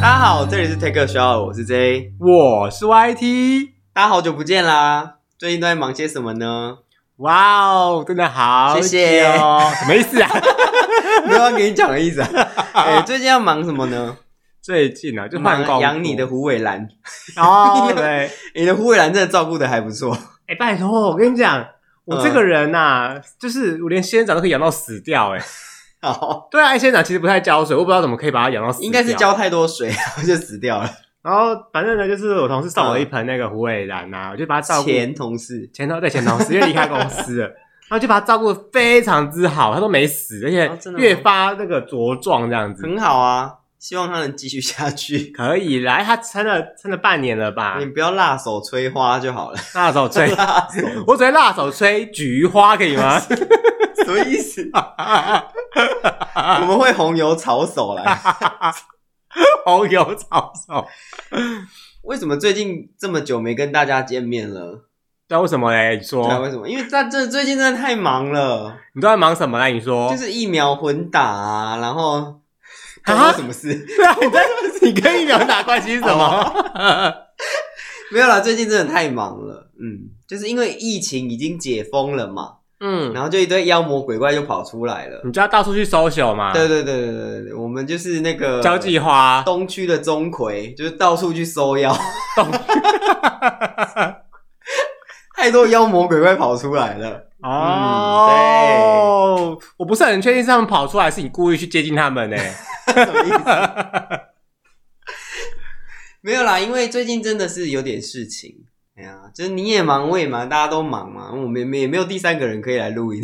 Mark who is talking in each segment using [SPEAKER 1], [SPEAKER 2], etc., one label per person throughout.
[SPEAKER 1] 好，这里是 Take a Show，我是 J，
[SPEAKER 2] 我是 YT，
[SPEAKER 1] 大家好久不见啦！最近都在忙些什么呢？
[SPEAKER 2] 哇哦，真的好久，
[SPEAKER 1] 谢谢
[SPEAKER 2] 什么 意思啊？
[SPEAKER 1] 没有要给你讲的意思 啊！哎、最近要忙什么呢？
[SPEAKER 2] 最近啊，就换
[SPEAKER 1] 忙
[SPEAKER 2] 工，
[SPEAKER 1] 养你的胡伟兰，哎
[SPEAKER 2] 哦，对，
[SPEAKER 1] 你的胡伟兰真的照顾的还不错。
[SPEAKER 2] 哎，拜托，我跟你讲，我这个人呐、就是我连仙人掌都可以养到死掉，哎，
[SPEAKER 1] 好，
[SPEAKER 2] 对啊，仙人掌其实不太浇水，我不知道怎么可以把它养到死掉，
[SPEAKER 1] 应该是。浇太多水， 然后就死掉了。
[SPEAKER 2] 然后反正呢，就是我同事送我一盆那个虎尾兰呐、我就把它照顾
[SPEAKER 1] 前同事，
[SPEAKER 2] 前头对前同事，因为离开公司 了，然后就把它照顾得非常之好，它都没死，而
[SPEAKER 1] 哦真
[SPEAKER 2] 且
[SPEAKER 1] 的吗
[SPEAKER 2] 越发那个茁壮这样子。
[SPEAKER 1] 很好啊，希望他能继续下去。
[SPEAKER 2] 可以啦，他撑了撑了半年了吧
[SPEAKER 1] 你？不要辣手摧花就 好了，
[SPEAKER 2] 辣手吹，
[SPEAKER 1] 辣手
[SPEAKER 2] 我只会辣手吹菊花，可以吗？
[SPEAKER 1] 什么意思？
[SPEAKER 2] 啊
[SPEAKER 1] 我们会红油炒手来。
[SPEAKER 2] 红油抄手。
[SPEAKER 1] 为什么最近这么久没跟大家见面了？
[SPEAKER 2] 那为什么嘞？你
[SPEAKER 1] 对啊，
[SPEAKER 2] 说
[SPEAKER 1] 为什么？因为大这最近真的太忙了，
[SPEAKER 2] 你都在忙什么嘞？你说
[SPEAKER 1] 就，是疫苗混打啊，然后
[SPEAKER 2] 哦啊
[SPEAKER 1] 干我什么事？
[SPEAKER 2] 对 啊，你在你跟疫苗打关系是什
[SPEAKER 1] 哦
[SPEAKER 2] 么？
[SPEAKER 1] 没有啦，最近真的太忙了。嗯，就是因为疫情已经解封了嘛，
[SPEAKER 2] 嗯，
[SPEAKER 1] 然后就一堆妖魔鬼怪就跑出来了。
[SPEAKER 2] 你就要到处去搜寻嘛，
[SPEAKER 1] 对对对对对对，我们就是那个
[SPEAKER 2] 交际啊花，
[SPEAKER 1] 东区的钟馗，就是到处去搜妖，
[SPEAKER 2] 动
[SPEAKER 1] 太多妖魔鬼怪跑出来了。
[SPEAKER 2] 哦。嗯我不是很确定是他们跑出来，是你故意去接近他们 呢？
[SPEAKER 1] 什么意思？ 没有啦，因为最近真的是有点事情。哎呀，就是你也忙，我也忙，大家都忙嘛。我们也没也没有第三个人可以来录音。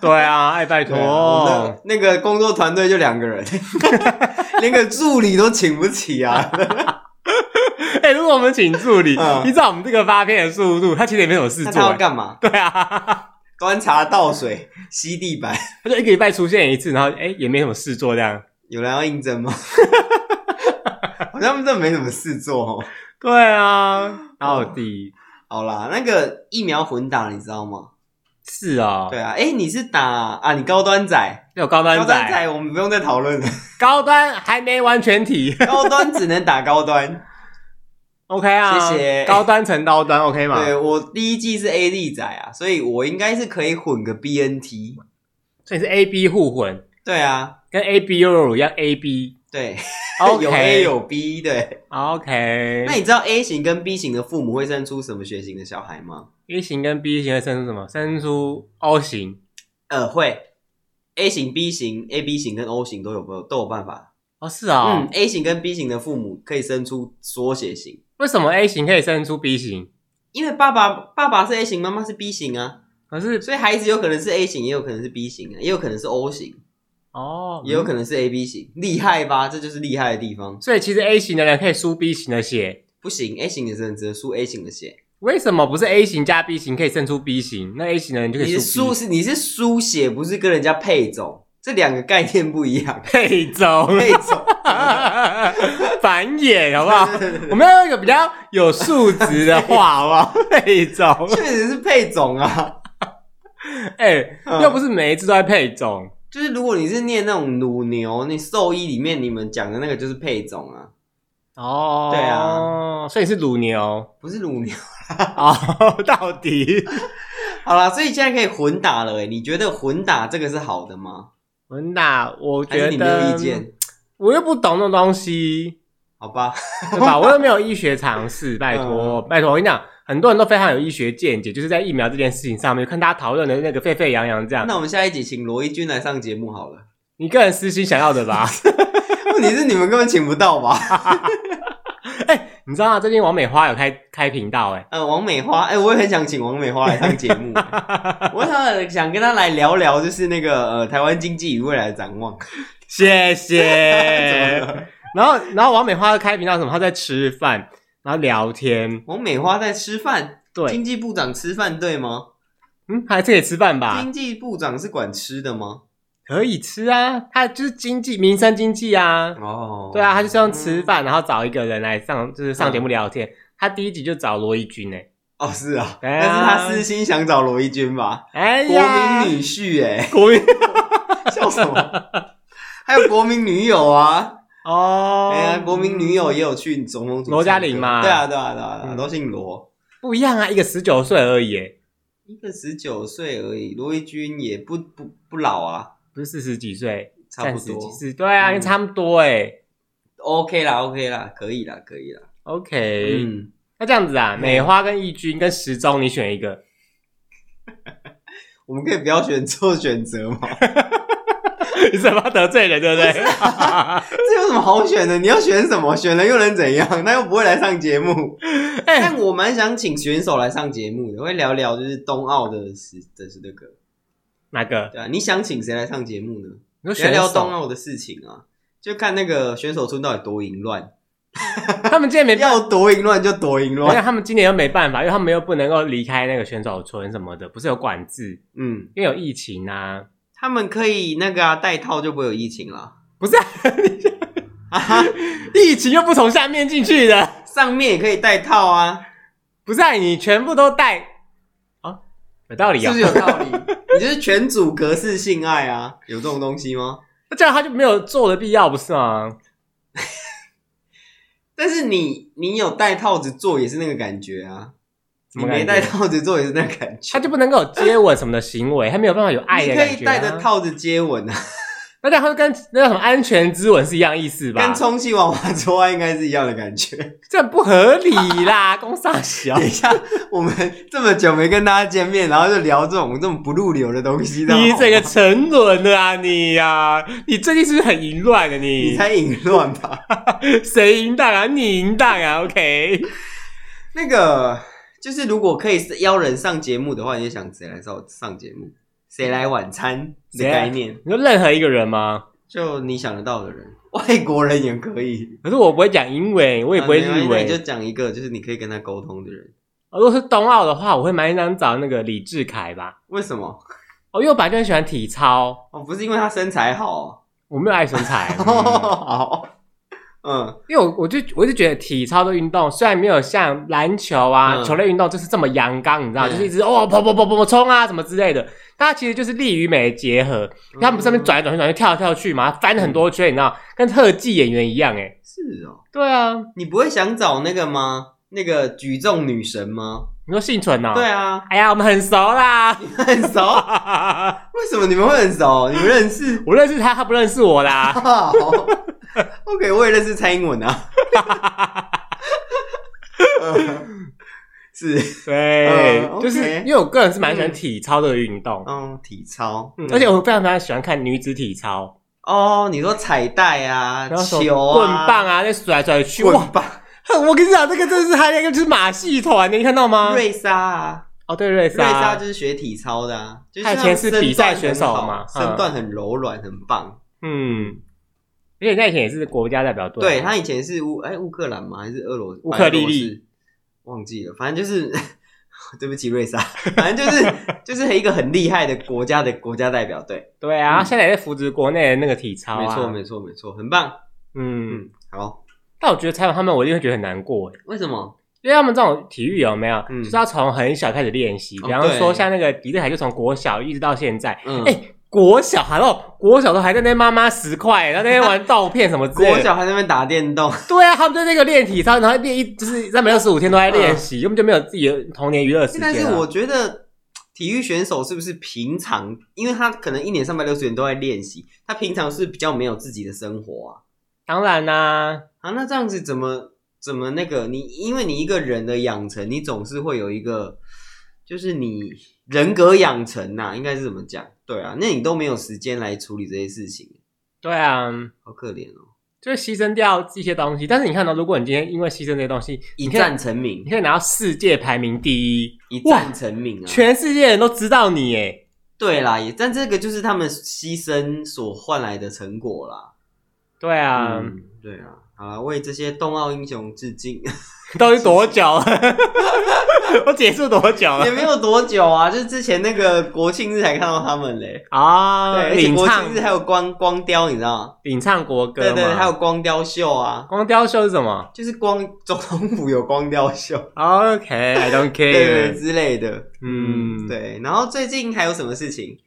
[SPEAKER 2] 对啊，哎，拜
[SPEAKER 1] 对啊我们
[SPEAKER 2] 托
[SPEAKER 1] 的，那个工作团队就两个人， 连个助理都请不起 啊。
[SPEAKER 2] 哎，如果我们请助理，
[SPEAKER 1] 嗯
[SPEAKER 2] 依照我们这个发片的速度，他其实也没有事
[SPEAKER 1] 那
[SPEAKER 2] 做
[SPEAKER 1] 他要
[SPEAKER 2] 哎。
[SPEAKER 1] 干嘛？
[SPEAKER 2] 对啊，
[SPEAKER 1] 端茶倒水、吸地板，
[SPEAKER 2] 他就一个礼拜出现一次，然后哎、也没什么事做这样。
[SPEAKER 1] 有人要应征 吗？好像真的没什么事做哦。
[SPEAKER 2] 对啊，到底
[SPEAKER 1] 好啦，那个疫苗混打你知道吗？
[SPEAKER 2] 是哦，
[SPEAKER 1] 对啊，哎、你是打啊？你高端仔，
[SPEAKER 2] 有高端
[SPEAKER 1] 高端
[SPEAKER 2] 仔，
[SPEAKER 1] 仔我们不用再讨 论了，
[SPEAKER 2] 高端还没完全体
[SPEAKER 1] 高端只能打高 端。
[SPEAKER 2] ，OK 啊，
[SPEAKER 1] 谢谢
[SPEAKER 2] 高端成高端 OK 嘛？
[SPEAKER 1] 对我第一季是 A 粒仔啊，所以我应该是可以混个 BNT。
[SPEAKER 2] 所以是 A B 互混，
[SPEAKER 1] 对啊，
[SPEAKER 2] 跟 A B 又有一样 A B
[SPEAKER 1] 对
[SPEAKER 2] OK
[SPEAKER 1] 有 A 有 B。对，
[SPEAKER 2] OK，
[SPEAKER 1] 那你知道 A 型跟 B 型的父母会生出什么血型的小孩吗？
[SPEAKER 2] A 型跟 B 型会生出什么？生出 O 型
[SPEAKER 1] 呃，会。A 型、B 型、AB 型跟 O 型都有都有办法。
[SPEAKER 2] 哦，是啊、
[SPEAKER 1] 嗯，A 型跟 B 型的父母可以生出缩血型，
[SPEAKER 2] 为什么 A 型可以生出 B 型？
[SPEAKER 1] 因为爸爸爸爸是 A 型，妈妈是 B 型啊，
[SPEAKER 2] 可是
[SPEAKER 1] 所以孩子有可能是 A 型，也有可能是 B 型啊，也有可能是 O 型。
[SPEAKER 2] 哦，
[SPEAKER 1] 也有可能是 A B 型，厉害吧？这就是厉害的地方。
[SPEAKER 2] 所以其实 A 型的人可以输 B 型的血，
[SPEAKER 1] 不行，A 型的人只能输 A 型的血。
[SPEAKER 2] 为什么不是 A 型加 B 型可以胜出 B 型？那 A 型的人就可
[SPEAKER 1] 你
[SPEAKER 2] 以
[SPEAKER 1] 是
[SPEAKER 2] 输
[SPEAKER 1] 输
[SPEAKER 2] B。
[SPEAKER 1] 是你是输血，不是跟人家配种，这两个概念不一样
[SPEAKER 2] 配 种，
[SPEAKER 1] 配种，
[SPEAKER 2] 繁衍好不好？
[SPEAKER 1] 对对对
[SPEAKER 2] 我们要一个比较有数值的话，好不好？ 配种，
[SPEAKER 1] 确实是配种啊。
[SPEAKER 2] 哎、
[SPEAKER 1] 嗯
[SPEAKER 2] 又不是每一次都在配种，
[SPEAKER 1] 就是如果你是念那种乳牛，那兽医里面你们讲的那个就是配种啊，
[SPEAKER 2] 哦
[SPEAKER 1] 对
[SPEAKER 2] 啊，所以是乳 牛
[SPEAKER 1] 不是乳牛。
[SPEAKER 2] 哦，到底
[SPEAKER 1] 好啦，所以现在可以混打了、欸，你觉得混打这个是好的吗？
[SPEAKER 2] 文达，我
[SPEAKER 1] 还
[SPEAKER 2] 觉
[SPEAKER 1] 是你
[SPEAKER 2] 得
[SPEAKER 1] 没有意，见？
[SPEAKER 2] 我又不懂那种东西，
[SPEAKER 1] 好吧，
[SPEAKER 2] 对吧？我又没有医学常
[SPEAKER 1] 嗯
[SPEAKER 2] 识，拜托，拜托，我跟你讲，很多人都非常有医学见解，就是在疫苗这件事情上面，看大家讨论的那个沸沸扬扬这样。
[SPEAKER 1] 那我们下一集请罗一军来上节目好了。
[SPEAKER 2] 你个人私心想要 的吧？
[SPEAKER 1] 问题是你们根本请不到吧？
[SPEAKER 2] 你知道吗？最近王美花有开开频道哎、
[SPEAKER 1] 呃，王美花，哎、我也很想请王美花来上节目，欸我想想跟她来聊聊，就是那个呃，台湾经济与未来的展望。怎么
[SPEAKER 2] 谢谢
[SPEAKER 1] 了。
[SPEAKER 2] 然后，然后王美花开频道什么？她在吃饭，然后聊天。
[SPEAKER 1] 王美花在吃饭，
[SPEAKER 2] 对，
[SPEAKER 1] 经济部长吃饭对吗？
[SPEAKER 2] 嗯，还是可以吃饭吧？
[SPEAKER 1] 经济部长是管吃的吗？
[SPEAKER 2] 可以吃啊，她就是经济民生经济啊。
[SPEAKER 1] 哦，
[SPEAKER 2] 对啊，她就是用吃饭，然后找一个人来上，就是上节目聊
[SPEAKER 1] 嗯
[SPEAKER 2] 天。她第一集就找罗一军哎、
[SPEAKER 1] 哦，是啊，
[SPEAKER 2] 对啊
[SPEAKER 1] 但是他私心想找罗一军吧，
[SPEAKER 2] 哎
[SPEAKER 1] 国
[SPEAKER 2] 呀，
[SPEAKER 1] 民女婿、
[SPEAKER 2] 国民
[SPEAKER 1] 哎，笑什么？还有国民女友啊，
[SPEAKER 2] 哦，
[SPEAKER 1] 哎呀，国民女友也有去总统府唱歌，
[SPEAKER 2] 罗嘉玲嘛
[SPEAKER 1] 对啊，对啊，对啊，对啊
[SPEAKER 2] 嗯
[SPEAKER 1] 都姓罗。
[SPEAKER 2] 不一样啊，一个十九岁而已耶，
[SPEAKER 1] 一个十九岁而已，罗一军也不不不老啊，
[SPEAKER 2] 不是四十几岁，
[SPEAKER 1] 差不
[SPEAKER 2] 30几
[SPEAKER 1] 多。
[SPEAKER 2] 岁，对
[SPEAKER 1] 嗯
[SPEAKER 2] 啊，因为差不多哎。
[SPEAKER 1] OK 啦，OK 啦，可以啦，可以啦。
[SPEAKER 2] OK，、
[SPEAKER 1] 嗯，
[SPEAKER 2] 那这样子啊，
[SPEAKER 1] 嗯
[SPEAKER 2] 美花跟义军跟时钟，你选一个。
[SPEAKER 1] 我们可以不要选错选择吗？
[SPEAKER 2] 你怎么得罪人，对不对？
[SPEAKER 1] 这有什么好选的？你要选什么？选了又能怎样？他又不会来上节目。
[SPEAKER 2] 哎
[SPEAKER 1] 但我蛮想请选手来上节目的，会聊聊就是冬奥的事的是这个。
[SPEAKER 2] 哪个？
[SPEAKER 1] 对啊，你想请谁来上节目呢？
[SPEAKER 2] 你说
[SPEAKER 1] 聊
[SPEAKER 2] 选
[SPEAKER 1] 聊冬
[SPEAKER 2] 手？
[SPEAKER 1] 奥的事情啊，就看那个选手村到底多淫乱，
[SPEAKER 2] 他们今年没办，
[SPEAKER 1] 要哦多淫乱就多淫
[SPEAKER 2] 因为
[SPEAKER 1] 乱。
[SPEAKER 2] 他们今年又没办法，因为他们又不能够离开那个选手村什么的，不是有管制，
[SPEAKER 1] 嗯，
[SPEAKER 2] 因为有疫情啊。
[SPEAKER 1] 他们可以那个啊，戴套就不会有疫情啦。
[SPEAKER 2] 不是、啊，
[SPEAKER 1] 啊哈，
[SPEAKER 2] 疫情又不从下面进去的，
[SPEAKER 1] 上面也可以戴套啊，
[SPEAKER 2] 不是、啊、你全部都带啊，有道理
[SPEAKER 1] 是
[SPEAKER 2] 啊、
[SPEAKER 1] 不是有道理？你就是全组格式性爱啊，有这种东西吗？
[SPEAKER 2] 那这样他就没有做的必要，不是吗？
[SPEAKER 1] 但是你你有戴套子做也是那个感觉啊，
[SPEAKER 2] 什
[SPEAKER 1] 你
[SPEAKER 2] 么感觉
[SPEAKER 1] 没戴套子做也是那个感觉。
[SPEAKER 2] 他就不能够有接吻什么的行为，他没有办法有爱
[SPEAKER 1] 你
[SPEAKER 2] 的
[SPEAKER 1] 可
[SPEAKER 2] 感觉、啊。
[SPEAKER 1] 以戴着套子接吻啊，
[SPEAKER 2] 那这样他就跟那叫什么安全之吻是一样意思吧
[SPEAKER 1] 跟？充气娃娃做爱应该是一样的感 觉。
[SPEAKER 2] 这很不合理啦， 公傻小
[SPEAKER 1] 等。一下，我们这么久没跟大家见面，然后就聊这种这种不入流的东西，这样
[SPEAKER 2] 你
[SPEAKER 1] 好吗
[SPEAKER 2] 整个沉沦了啊！你呀、你最近是不是很淫乱啊？
[SPEAKER 1] 你
[SPEAKER 2] 你
[SPEAKER 1] 才淫乱吧？
[SPEAKER 2] 谁淫荡啊？你淫荡啊？OK，
[SPEAKER 1] 那个就是如果可以邀人上节目的话，你也想谁来上上节目？谁来晚餐的
[SPEAKER 2] 谁啊
[SPEAKER 1] 概念？
[SPEAKER 2] 你说任何一个人吗？
[SPEAKER 1] 就你想得到的人，外国人也可以。
[SPEAKER 2] 可是我不会讲英文，我也不会
[SPEAKER 1] 啊没
[SPEAKER 2] 日
[SPEAKER 1] 关系那你
[SPEAKER 2] 文。
[SPEAKER 1] 就讲一个，就是你可以跟他沟通的人。
[SPEAKER 2] 如果是冬奥的话，我会蛮想找那个李志凯吧。
[SPEAKER 1] 为什么？
[SPEAKER 2] 哦，因为我本来就很喜欢体操，
[SPEAKER 1] 哦，不是因为他身材好、
[SPEAKER 2] 我没有爱身材。
[SPEAKER 1] 哦，
[SPEAKER 2] 嗯
[SPEAKER 1] 好，嗯
[SPEAKER 2] 因为我我就我就觉得体操的运动虽然没有像篮球啊、
[SPEAKER 1] 嗯
[SPEAKER 2] 球类运动就是这么阳刚，你知道，
[SPEAKER 1] 嗯
[SPEAKER 2] 就是一直哦跑跑跑跑跑冲啊什么之类的，但它其实就是力与美的结合。
[SPEAKER 1] 嗯
[SPEAKER 2] 他们不是那边转来转去、转来转去、跳来跳去嘛，翻很多圈，你知道，跟特技演员一样哎。
[SPEAKER 1] 是哦，
[SPEAKER 2] 对啊，
[SPEAKER 1] 你不会想找那个吗？那个举重女神吗？
[SPEAKER 2] 你说幸存哦？
[SPEAKER 1] 对。啊，
[SPEAKER 2] 哎呀，我们很熟啦，
[SPEAKER 1] 很熟。为什么你们会很熟？你们认识？
[SPEAKER 2] 我认识他，他不认识我啦。
[SPEAKER 1] 好，OK，我也认识蔡英文啊。 嗯是，
[SPEAKER 2] 对，
[SPEAKER 1] 嗯
[SPEAKER 2] 就是
[SPEAKER 1] OK
[SPEAKER 2] 因为我个人是蛮喜欢体操的运动，
[SPEAKER 1] 嗯，体操，嗯
[SPEAKER 2] 而且我非常非常喜欢看女子体操，
[SPEAKER 1] 哦，你说彩带啊，
[SPEAKER 2] 然后什么
[SPEAKER 1] 球啊，
[SPEAKER 2] 棍棒啊，那甩来甩去，哇
[SPEAKER 1] 棍，棒，
[SPEAKER 2] 我跟你讲，这个真的是还有一个就是马戏团的，你看到吗？
[SPEAKER 1] 瑞莎啊。
[SPEAKER 2] 哦，对，瑞
[SPEAKER 1] 瑞莎
[SPEAKER 2] 莎，
[SPEAKER 1] 就是学体操的啊，就是
[SPEAKER 2] 她以前是比赛选手嘛
[SPEAKER 1] 身段很好身段很柔软，很棒。
[SPEAKER 2] 嗯，而且他以前也是国家代表队，
[SPEAKER 1] 对他以前是乌哎乌克兰吗？还是俄罗斯？
[SPEAKER 2] 啊乌克丽丽
[SPEAKER 1] 忘记了，反正就是 对不起瑞莎，反正就是就是一个很厉害的国家的国家代表队。
[SPEAKER 2] 对啊，
[SPEAKER 1] 嗯
[SPEAKER 2] 现在也在扶植国内的那个体操啊，
[SPEAKER 1] 没错，没错，没错，很棒。
[SPEAKER 2] 嗯，
[SPEAKER 1] 嗯，好，
[SPEAKER 2] 但我觉得采访他们，我一定会觉得很难过耶，
[SPEAKER 1] 为什么？
[SPEAKER 2] 因为他们这种体育有没有，
[SPEAKER 1] 嗯
[SPEAKER 2] 就是要从很小开始练习，
[SPEAKER 1] 哦
[SPEAKER 2] 比方说
[SPEAKER 1] 对
[SPEAKER 2] 像那个迪丽海，就从国小一直到现在，
[SPEAKER 1] 嗯，
[SPEAKER 2] 哎、国小还到国小都还在那边妈妈十块，然后在那边玩照片什么之类的。
[SPEAKER 1] 国小还在那边打电动，
[SPEAKER 2] 对啊，他们在那个练体操，然后练一就是三百六十五天都在练习，根本就没有自己的童年娱乐时间、啊。
[SPEAKER 1] 嗯但是我觉得体育选手是不是平常，因为他可能一年三百六十天都在练习，他平常是比较没有自己的生活啊。
[SPEAKER 2] 当然啦、
[SPEAKER 1] 啊，那这样子怎么怎么那个你？因为你一个人的养成，你总是会有一个，就是你人格养成呐、应该是怎么讲？对啊，那你都没有时间来处理这些事情，
[SPEAKER 2] 对啊，
[SPEAKER 1] 好可怜哦！
[SPEAKER 2] 就是牺牲掉一些东西。但是你看到、如果你今天因为牺牲这些东西，
[SPEAKER 1] 一
[SPEAKER 2] 你可以
[SPEAKER 1] 战成名
[SPEAKER 2] 你，可以拿到世界排名第一，
[SPEAKER 1] 一
[SPEAKER 2] 哇
[SPEAKER 1] 战成名啊！
[SPEAKER 2] 全世界人都知道你耶。
[SPEAKER 1] 对啦，也但这个就是他们牺牲所换来的成果啦。
[SPEAKER 2] 对啊，
[SPEAKER 1] 嗯，对啊，好啦，为这些冬奥英雄致敬，
[SPEAKER 2] 到底多久 了？我结束多久
[SPEAKER 1] 也
[SPEAKER 2] 了？
[SPEAKER 1] 没有多久啊，就是之前那个国庆日才看到他们嘞。对，
[SPEAKER 2] 啊，
[SPEAKER 1] 而且
[SPEAKER 2] 领
[SPEAKER 1] 国
[SPEAKER 2] 唱
[SPEAKER 1] 庆日还有光光雕，你知道吗？
[SPEAKER 2] 领唱国歌
[SPEAKER 1] 对
[SPEAKER 2] 嘛，
[SPEAKER 1] 对，还有光雕秀啊，
[SPEAKER 2] 光雕秀是什么
[SPEAKER 1] 就是光总统府有光雕 秀，
[SPEAKER 2] ？OK，I、
[SPEAKER 1] 对
[SPEAKER 2] don't care。
[SPEAKER 1] 对之类的。
[SPEAKER 2] 嗯，
[SPEAKER 1] 对。然后最近还有什么事情？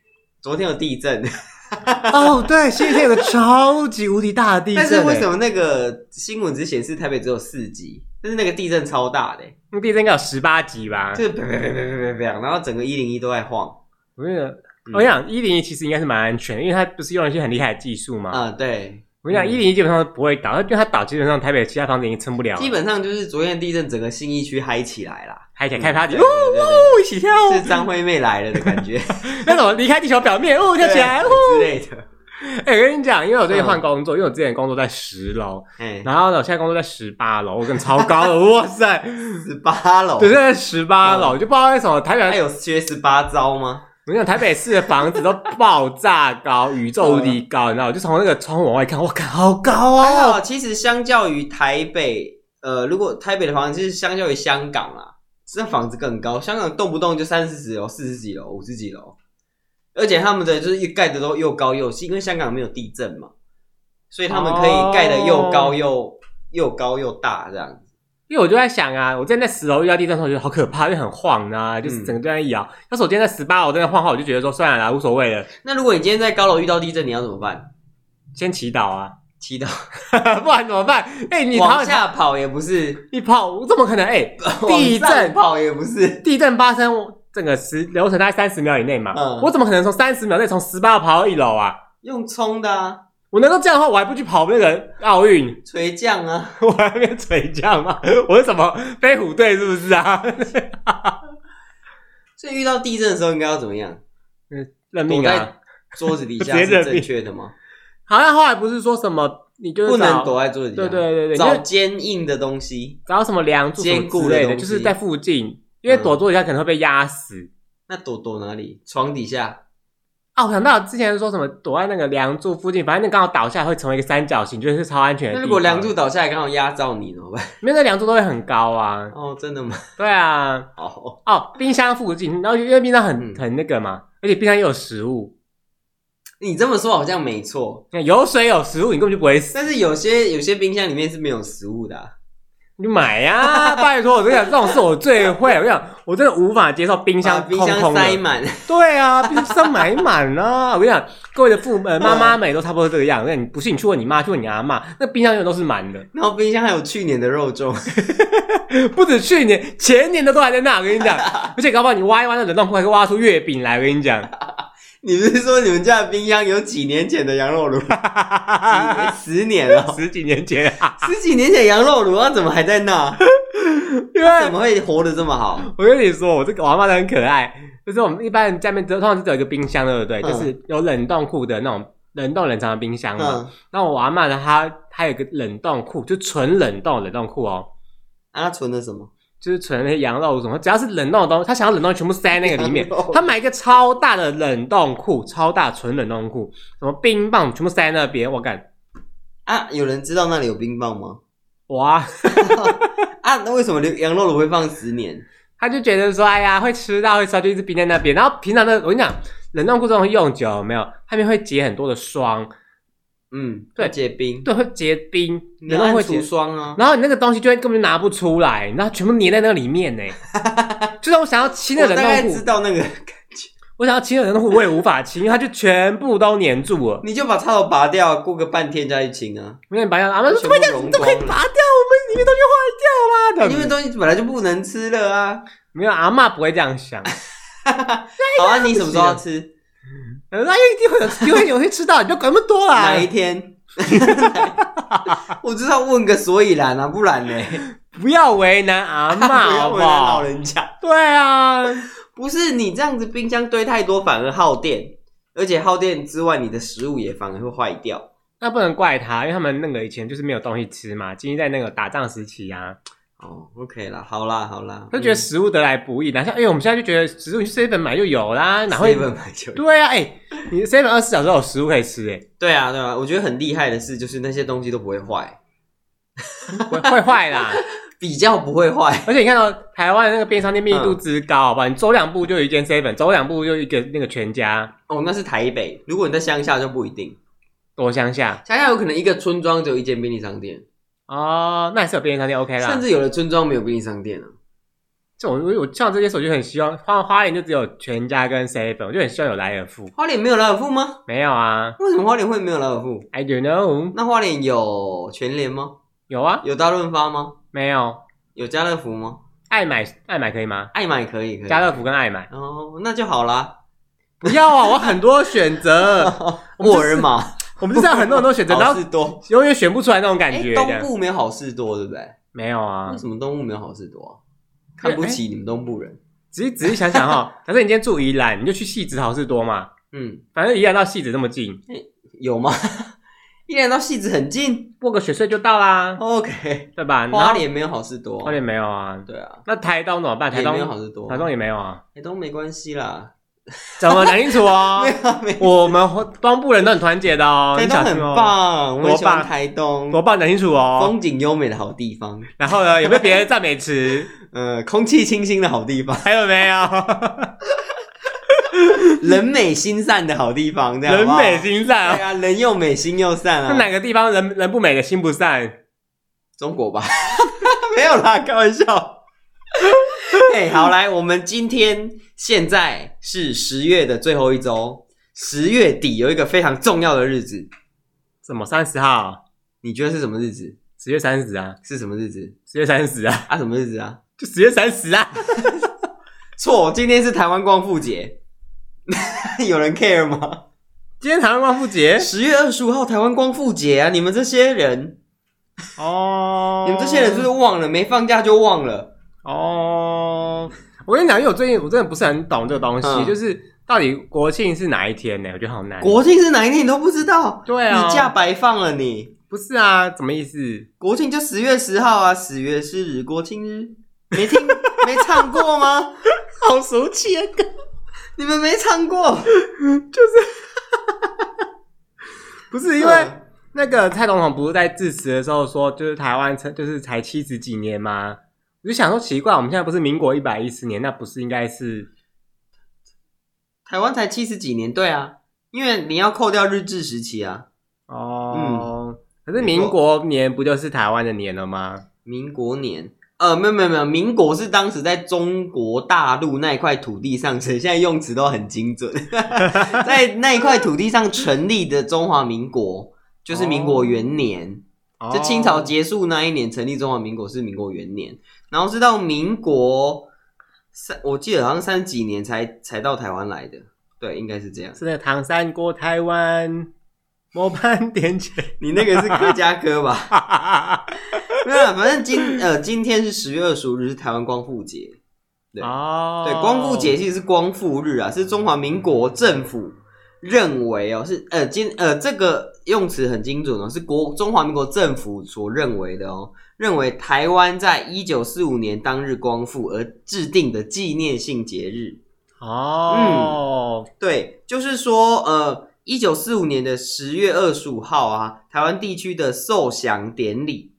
[SPEAKER 1] 昨天有地震，
[SPEAKER 2] 哦，对，新一天有个超级无敌大的地震、
[SPEAKER 1] 但
[SPEAKER 2] 欸，
[SPEAKER 1] 是为什么那个新闻只显示台北只有四级？但是那个地震超大的、欸，
[SPEAKER 2] 那地震应该有十八级吧？
[SPEAKER 1] 就是啪啪啪啪啪啪啪，然后整个一零一都在晃。
[SPEAKER 2] 我跟你讲，
[SPEAKER 1] 嗯
[SPEAKER 2] 我跟你讲，一零一其实应该是蛮安全的，因为它不是用了一些很厉害的技术嘛。
[SPEAKER 1] 啊、对，
[SPEAKER 2] 我跟你讲，
[SPEAKER 1] 嗯
[SPEAKER 2] 一零一基本上不会倒，因为它倒基本上台北其他房子已经撑不了了，
[SPEAKER 1] 基本上就是昨天地震，整个信义区嗨起来啦，
[SPEAKER 2] 还想开 party，
[SPEAKER 1] 嗯对
[SPEAKER 2] 哦
[SPEAKER 1] 对对对
[SPEAKER 2] 哦，一起跳，
[SPEAKER 1] 对是张惠妹来了的感 觉
[SPEAKER 2] 那种离开地球表面哦跳起来哦。
[SPEAKER 1] 之类的。
[SPEAKER 2] 哎，我跟你讲，因为我最
[SPEAKER 1] 嗯
[SPEAKER 2] 近换工作，因为我之前工作在十楼，
[SPEAKER 1] 哎，
[SPEAKER 2] 然后呢，我现在工作在十八楼，我更超高了， 哇塞，
[SPEAKER 1] 十八楼，
[SPEAKER 2] 对，在十
[SPEAKER 1] 嗯
[SPEAKER 2] 八楼，就不知道为什么台
[SPEAKER 1] 还
[SPEAKER 2] 北，
[SPEAKER 1] 有学十八招吗？
[SPEAKER 2] 我跟你讲，台北市的房子都爆炸高，宇宙无
[SPEAKER 1] 嗯
[SPEAKER 2] 敌高，你知道，我就从那个窗户往外看，哇，看好高
[SPEAKER 1] 还
[SPEAKER 2] 啊！
[SPEAKER 1] 好，其实相较于台北，呃，如果台北的房子就是相较于香港啦，这房子更高。香港动不动就三十几楼、四十几楼、五十几楼，而且他们的就是一盖的都又高又细，因为香港没有地震嘛，所以他们可以盖的又高又、
[SPEAKER 2] 哦
[SPEAKER 1] 又高又大这样子。
[SPEAKER 2] 因为我就在想啊，我之前在十楼遇到地震的时候，我觉得好可怕，因为很晃
[SPEAKER 1] 嗯
[SPEAKER 2] 啊，就是整个都在摇。要是我今天在十八楼真的晃晃，我就觉得说算了啦，无所谓了，
[SPEAKER 1] 那如果你今天在高楼遇到地震，你要怎么办？
[SPEAKER 2] 先祈祷啊，
[SPEAKER 1] 祈祷，
[SPEAKER 2] 不然怎么办？哎、你逃
[SPEAKER 1] 往下跑也不 是，
[SPEAKER 2] 你跑，怎么可能？哎、地
[SPEAKER 1] 往上
[SPEAKER 2] 震
[SPEAKER 1] 跑也不是。
[SPEAKER 2] 地震发生整个时流程大概三十秒以内嘛，
[SPEAKER 1] 嗯
[SPEAKER 2] 我怎么可能从三十秒内从十八跑到一楼啊？
[SPEAKER 1] 用冲的啊，
[SPEAKER 2] 我能够这样的话，我还不去跑那个奥运，
[SPEAKER 1] 垂降啊，
[SPEAKER 2] 我还没垂降吗？我是什么飞虎队是不是啊？
[SPEAKER 1] 所以遇到地震的时候应该要怎么样？
[SPEAKER 2] 认命
[SPEAKER 1] 躲
[SPEAKER 2] 啊！
[SPEAKER 1] 桌子底下
[SPEAKER 2] 直
[SPEAKER 1] 是
[SPEAKER 2] 接认
[SPEAKER 1] 正
[SPEAKER 2] 命
[SPEAKER 1] 确的吗？
[SPEAKER 2] 好像后来不是说什么，你就是
[SPEAKER 1] 不能
[SPEAKER 2] 找
[SPEAKER 1] 躲在桌子底下。
[SPEAKER 2] 对对对对，
[SPEAKER 1] 找
[SPEAKER 2] 就是
[SPEAKER 1] 坚硬的东西，
[SPEAKER 2] 找什么梁柱什
[SPEAKER 1] 坚
[SPEAKER 2] 么
[SPEAKER 1] 固
[SPEAKER 2] 之
[SPEAKER 1] 的
[SPEAKER 2] 类的，
[SPEAKER 1] 东西嗯
[SPEAKER 2] 就是在附近，因为躲桌底下可能会被压死。
[SPEAKER 1] 那躲躲哪里？床底下。
[SPEAKER 2] 啊，我想到之前说什么躲在那个梁柱附近，反正那刚好倒下会成为一个三角形，就是超安全的地
[SPEAKER 1] 那
[SPEAKER 2] 方。
[SPEAKER 1] 如果梁柱倒下来刚好压到你怎么办？
[SPEAKER 2] 没有那梁柱都会很高啊。
[SPEAKER 1] 哦，真的吗？
[SPEAKER 2] 对啊，
[SPEAKER 1] 哦，
[SPEAKER 2] 哦，冰箱附近，然后因为冰箱很、
[SPEAKER 1] 嗯
[SPEAKER 2] 很那个嘛，而且冰箱也有食物，
[SPEAKER 1] 你这么说好像没错，
[SPEAKER 2] 那有水有食物，你根本就不会死，
[SPEAKER 1] 但是有些有些冰箱里面是没有食物的、啊。
[SPEAKER 2] 你就买呀、 拜托，我跟你讲，这种事我最会，我跟你讲，我真的无法接受冰
[SPEAKER 1] 把
[SPEAKER 2] 箱
[SPEAKER 1] 啊冰
[SPEAKER 2] 空
[SPEAKER 1] 箱
[SPEAKER 2] 空的。
[SPEAKER 1] 塞满，
[SPEAKER 2] 对啊，冰箱买满啊！ 我跟你讲，各位的父呃妈妈们也都差不多这个样。那你不信，你去问你妈，去问你阿妈，那冰箱永远都是满的。
[SPEAKER 1] 然后冰箱还有去年的肉粽，
[SPEAKER 2] 不止去年、前年的都还在那，我跟你讲，而且搞不好你挖一挖那冷冻库，还可以挖出月饼来，我跟你讲，
[SPEAKER 1] 你不是说你们家的冰箱有几年前的羊肉 炉？几十年了，
[SPEAKER 2] 十几年前啊，
[SPEAKER 1] 十几年前的羊肉炉，它怎么还在那？
[SPEAKER 2] 因
[SPEAKER 1] 怎
[SPEAKER 2] 为
[SPEAKER 1] 么会活得这么好？
[SPEAKER 2] 我跟你说，我这个我阿妈很可爱，就是我们一般人家里面只有通常只有一个冰箱，对不对？
[SPEAKER 1] 嗯
[SPEAKER 2] 就是有冷冻库的那种冷冻冷藏的冰箱嘛。
[SPEAKER 1] 嗯，
[SPEAKER 2] 那、我阿妈呢，她她有一个冷冻库，就纯冷冻冷冻库哦。
[SPEAKER 1] 啊，它存了什么？
[SPEAKER 2] 就是存那些羊肉什么，只要是冷冻的东西，她想要冷冻全部塞那个里面
[SPEAKER 1] 羊肉。
[SPEAKER 2] 她买一个超大的冷冻库，超大纯冷冻库，什么冰棒全部塞那边，我感
[SPEAKER 1] 啊，有人知道那里有冰棒吗？
[SPEAKER 2] 哇，
[SPEAKER 1] 啊，那为什么牛羊肉炉会放十年？
[SPEAKER 2] 他就觉得说，哎呀，会吃到会吃到，就一直冰在那边。然后平常的，我跟你讲，冷冻库这种东西用久了有没有，它们会结很多的霜，
[SPEAKER 1] 嗯，
[SPEAKER 2] 对
[SPEAKER 1] 要结冰，
[SPEAKER 2] 对，会结冰，
[SPEAKER 1] 你
[SPEAKER 2] 冷
[SPEAKER 1] 要
[SPEAKER 2] 冻
[SPEAKER 1] 按
[SPEAKER 2] 会
[SPEAKER 1] 除
[SPEAKER 2] 结。
[SPEAKER 1] 霜啊。
[SPEAKER 2] 然后你那个东西就会根本就拿不出来，然后全部粘在那个 里面呢。就算我想要清的
[SPEAKER 1] 我
[SPEAKER 2] 冷
[SPEAKER 1] 大概
[SPEAKER 2] 冻
[SPEAKER 1] 知
[SPEAKER 2] 库，
[SPEAKER 1] 道那个，
[SPEAKER 2] 我想要清的冷冻库我也无法清，因为它就全部都粘住了。
[SPEAKER 1] 你就把插头拔掉，过个半天再去清啊。
[SPEAKER 2] 我跟你白讲，阿妈说
[SPEAKER 1] 全
[SPEAKER 2] 怎
[SPEAKER 1] 部
[SPEAKER 2] 么这样，
[SPEAKER 1] 融
[SPEAKER 2] 怎么可以
[SPEAKER 1] 光了
[SPEAKER 2] 拔掉？我们里面东西坏掉啦！
[SPEAKER 1] 因为
[SPEAKER 2] 的
[SPEAKER 1] 东西本来就不能吃了啊。
[SPEAKER 2] 没有阿妈不会这样 想，
[SPEAKER 1] 好啊，你什么时候要吃？
[SPEAKER 2] 那一定会有，一定会有会吃到，你不要管那么 多啦
[SPEAKER 1] 哪。一天？我知道问个所以然啊，不然呢？
[SPEAKER 2] 不要为难阿 妈，
[SPEAKER 1] 不要
[SPEAKER 2] 好
[SPEAKER 1] 为
[SPEAKER 2] 不
[SPEAKER 1] 难老
[SPEAKER 2] 好？
[SPEAKER 1] 人家。
[SPEAKER 2] 对啊，
[SPEAKER 1] 不是你这样子，冰箱堆太多反而耗电，而且耗电之外，你的食物也反而会坏掉。
[SPEAKER 2] 那不能怪他，因为他们那个以前就是没有东西吃嘛，经历在那个打仗时期啊，
[SPEAKER 1] 哦，OK 啦，好啦，好啦，嗯
[SPEAKER 2] 就觉得食物得来不易，哪像哎、我们现在就觉得食物去 seven 买就有啦，哪
[SPEAKER 1] 哪会
[SPEAKER 2] 会？
[SPEAKER 1] 买就有
[SPEAKER 2] 对啊，哎、你 seven 二十四小时有食物可以吃、哎
[SPEAKER 1] 对啊，对啊，我觉得很厉害的是，就是那些东西都不会坏，
[SPEAKER 2] 哎，会会坏 啦。
[SPEAKER 1] 比较不会坏。
[SPEAKER 2] 而且你看到、哦台湾的那个便利商店密度之高，好吧，你走两步就有一间 seven，走两步就有一个那个全家，
[SPEAKER 1] 哦，那是台北，如果你在乡下就不一定，
[SPEAKER 2] 多乡下
[SPEAKER 1] 乡下有可能一个村庄只有一间便利商店，
[SPEAKER 2] 哦，那还是有便利商店 OK 啦
[SPEAKER 1] 甚。至有的村庄没有便利商店啊。
[SPEAKER 2] 这这种我我像这些手机很希望花花莲就只有全家跟 seven，我就很希望有莱尔富。
[SPEAKER 1] 花莲没有莱尔富吗？
[SPEAKER 2] 没有啊
[SPEAKER 1] 为什么花莲会没有莱尔富？
[SPEAKER 2] ，I don't know，
[SPEAKER 1] 那花莲有全联吗？
[SPEAKER 2] 有啊，
[SPEAKER 1] 有大润发吗？
[SPEAKER 2] 没有？
[SPEAKER 1] 有家乐福吗？
[SPEAKER 2] 爱买爱买可以吗？
[SPEAKER 1] 爱买可以可以。
[SPEAKER 2] 家乐福跟爱买
[SPEAKER 1] 哦，那就好啦。
[SPEAKER 2] 不要啊，我很多选择，我们就是
[SPEAKER 1] 沃尔玛
[SPEAKER 2] 我们就是要很多很多 选择，然
[SPEAKER 1] 好
[SPEAKER 2] 后
[SPEAKER 1] 事多。
[SPEAKER 2] 永远选不出来那种感
[SPEAKER 1] 哦哎，
[SPEAKER 2] 觉。这
[SPEAKER 1] 东
[SPEAKER 2] 样
[SPEAKER 1] 部嗯没有好事多，对不对？
[SPEAKER 2] 没有啊哎
[SPEAKER 1] 为，什么东部没有好事多啊？看不起你们东部人。
[SPEAKER 2] 仔细仔细想想哈，假设你今天住宜兰，你就去戏子好事多嘛，
[SPEAKER 1] 嗯，
[SPEAKER 2] 反正宜兰到戏子这么近，
[SPEAKER 1] 有吗？ 依然到戏子很近。
[SPEAKER 2] 过个雪隧就到啦，
[SPEAKER 1] OK，
[SPEAKER 2] 对吧？然后
[SPEAKER 1] 花莲没有好事多。
[SPEAKER 2] 花莲没有啊，
[SPEAKER 1] 对啊，
[SPEAKER 2] 那台东怎么办？台
[SPEAKER 1] 也
[SPEAKER 2] 东
[SPEAKER 1] 没有好事多。
[SPEAKER 2] 台东也没有啊，
[SPEAKER 1] 台东没关系啦。
[SPEAKER 2] 怎么讲清楚 哦
[SPEAKER 1] 没？有没有。
[SPEAKER 2] 我们东部人都很团结的哦，
[SPEAKER 1] 台
[SPEAKER 2] 你
[SPEAKER 1] 东
[SPEAKER 2] 小
[SPEAKER 1] 很
[SPEAKER 2] 心哦，
[SPEAKER 1] 棒，我
[SPEAKER 2] 多
[SPEAKER 1] 很喜欢
[SPEAKER 2] 棒
[SPEAKER 1] 台东，
[SPEAKER 2] 多棒，讲清楚哦。
[SPEAKER 1] 风景优美的好地方，
[SPEAKER 2] 然后呢，有没有别的赞美词？
[SPEAKER 1] 呃， 空气清新的好地方，
[SPEAKER 2] 还有没 有？
[SPEAKER 1] 人美心散的好地方，这样
[SPEAKER 2] 人
[SPEAKER 1] 好不好
[SPEAKER 2] 美心
[SPEAKER 1] 对
[SPEAKER 2] 善哦。
[SPEAKER 1] 啊，人又美心又散
[SPEAKER 2] 那
[SPEAKER 1] 啊，
[SPEAKER 2] 哪个地方人人不美的心不善？
[SPEAKER 1] 中国吧， 没有啦，开玩笑。 哎、好来，我们今天现在是十月的最后一周，十月底有一个非常重要的日子，
[SPEAKER 2] 什么三十号？
[SPEAKER 1] 你觉得是什么日子？
[SPEAKER 2] 十月三十啊，
[SPEAKER 1] 是什么日子
[SPEAKER 2] 十月三十啊，
[SPEAKER 1] 啊？什么日子啊？
[SPEAKER 2] 就十月三十啊。
[SPEAKER 1] 错，今天是台湾光复节， 有人 care 吗？
[SPEAKER 2] 今天台湾光复节
[SPEAKER 1] 十月二十五号台湾光复节啊！你们这些人，
[SPEAKER 2] 哦
[SPEAKER 1] 你们这些人是不是忘了？没放假就忘了？
[SPEAKER 2] 哦，我跟你讲，因为我最近我真的不是很懂这个东西，
[SPEAKER 1] 嗯
[SPEAKER 2] 就是到底国庆是哪一天呢？我觉得好难。
[SPEAKER 1] 国庆是哪一天你都不知道？
[SPEAKER 2] 哎对啊
[SPEAKER 1] 你假白放了你。
[SPEAKER 2] 不是啊，什么意思？
[SPEAKER 1] 国庆就十月十号啊，十月是日国庆日，没 听没唱过吗？
[SPEAKER 2] 好熟悉啊，
[SPEAKER 1] 你们没唱过？
[SPEAKER 2] 不是因
[SPEAKER 1] 嗯
[SPEAKER 2] 为那个蔡总统不是在致辞的时候说，就是台湾才就是才七十几年吗？我就想说奇怪，我们现在不是民国一百一十年，那不是应该是
[SPEAKER 1] 台湾才七十几年，对啊，因为你要扣掉日治时期啊，嗯
[SPEAKER 2] 哦？可是民国年不就是台湾的年了吗？
[SPEAKER 1] 民国年。呃，没有没有没有，民国是当时在中国大陆那一块土地上，现在用词都很精 准，在那一块土地上成立的中华民国，就是民国元年，
[SPEAKER 2] 哦
[SPEAKER 1] 就清朝结束那一年成立中华民国是民国元年，然后是到民国三，我记得好像三十几年才才到台湾来的，对，应该是这样。
[SPEAKER 2] 是那个唐山过台 湾，摸半点钱，
[SPEAKER 1] 你那个是客家歌吧？ 没有啦，反正今呃今天是十月二十五日，是台湾光复节。对
[SPEAKER 2] 哦，
[SPEAKER 1] 对，光复节其实是光复日啊，是中华民国政府认为哦，是呃今呃这个用词很精准哦，是国中华民国政府所认为的哦，认为台湾在一九四五年当日光复而制定的纪念性节日。
[SPEAKER 2] 哦，
[SPEAKER 1] 对，就是说呃，一九四五年的十月二十五号啊，台湾地区的受降典礼。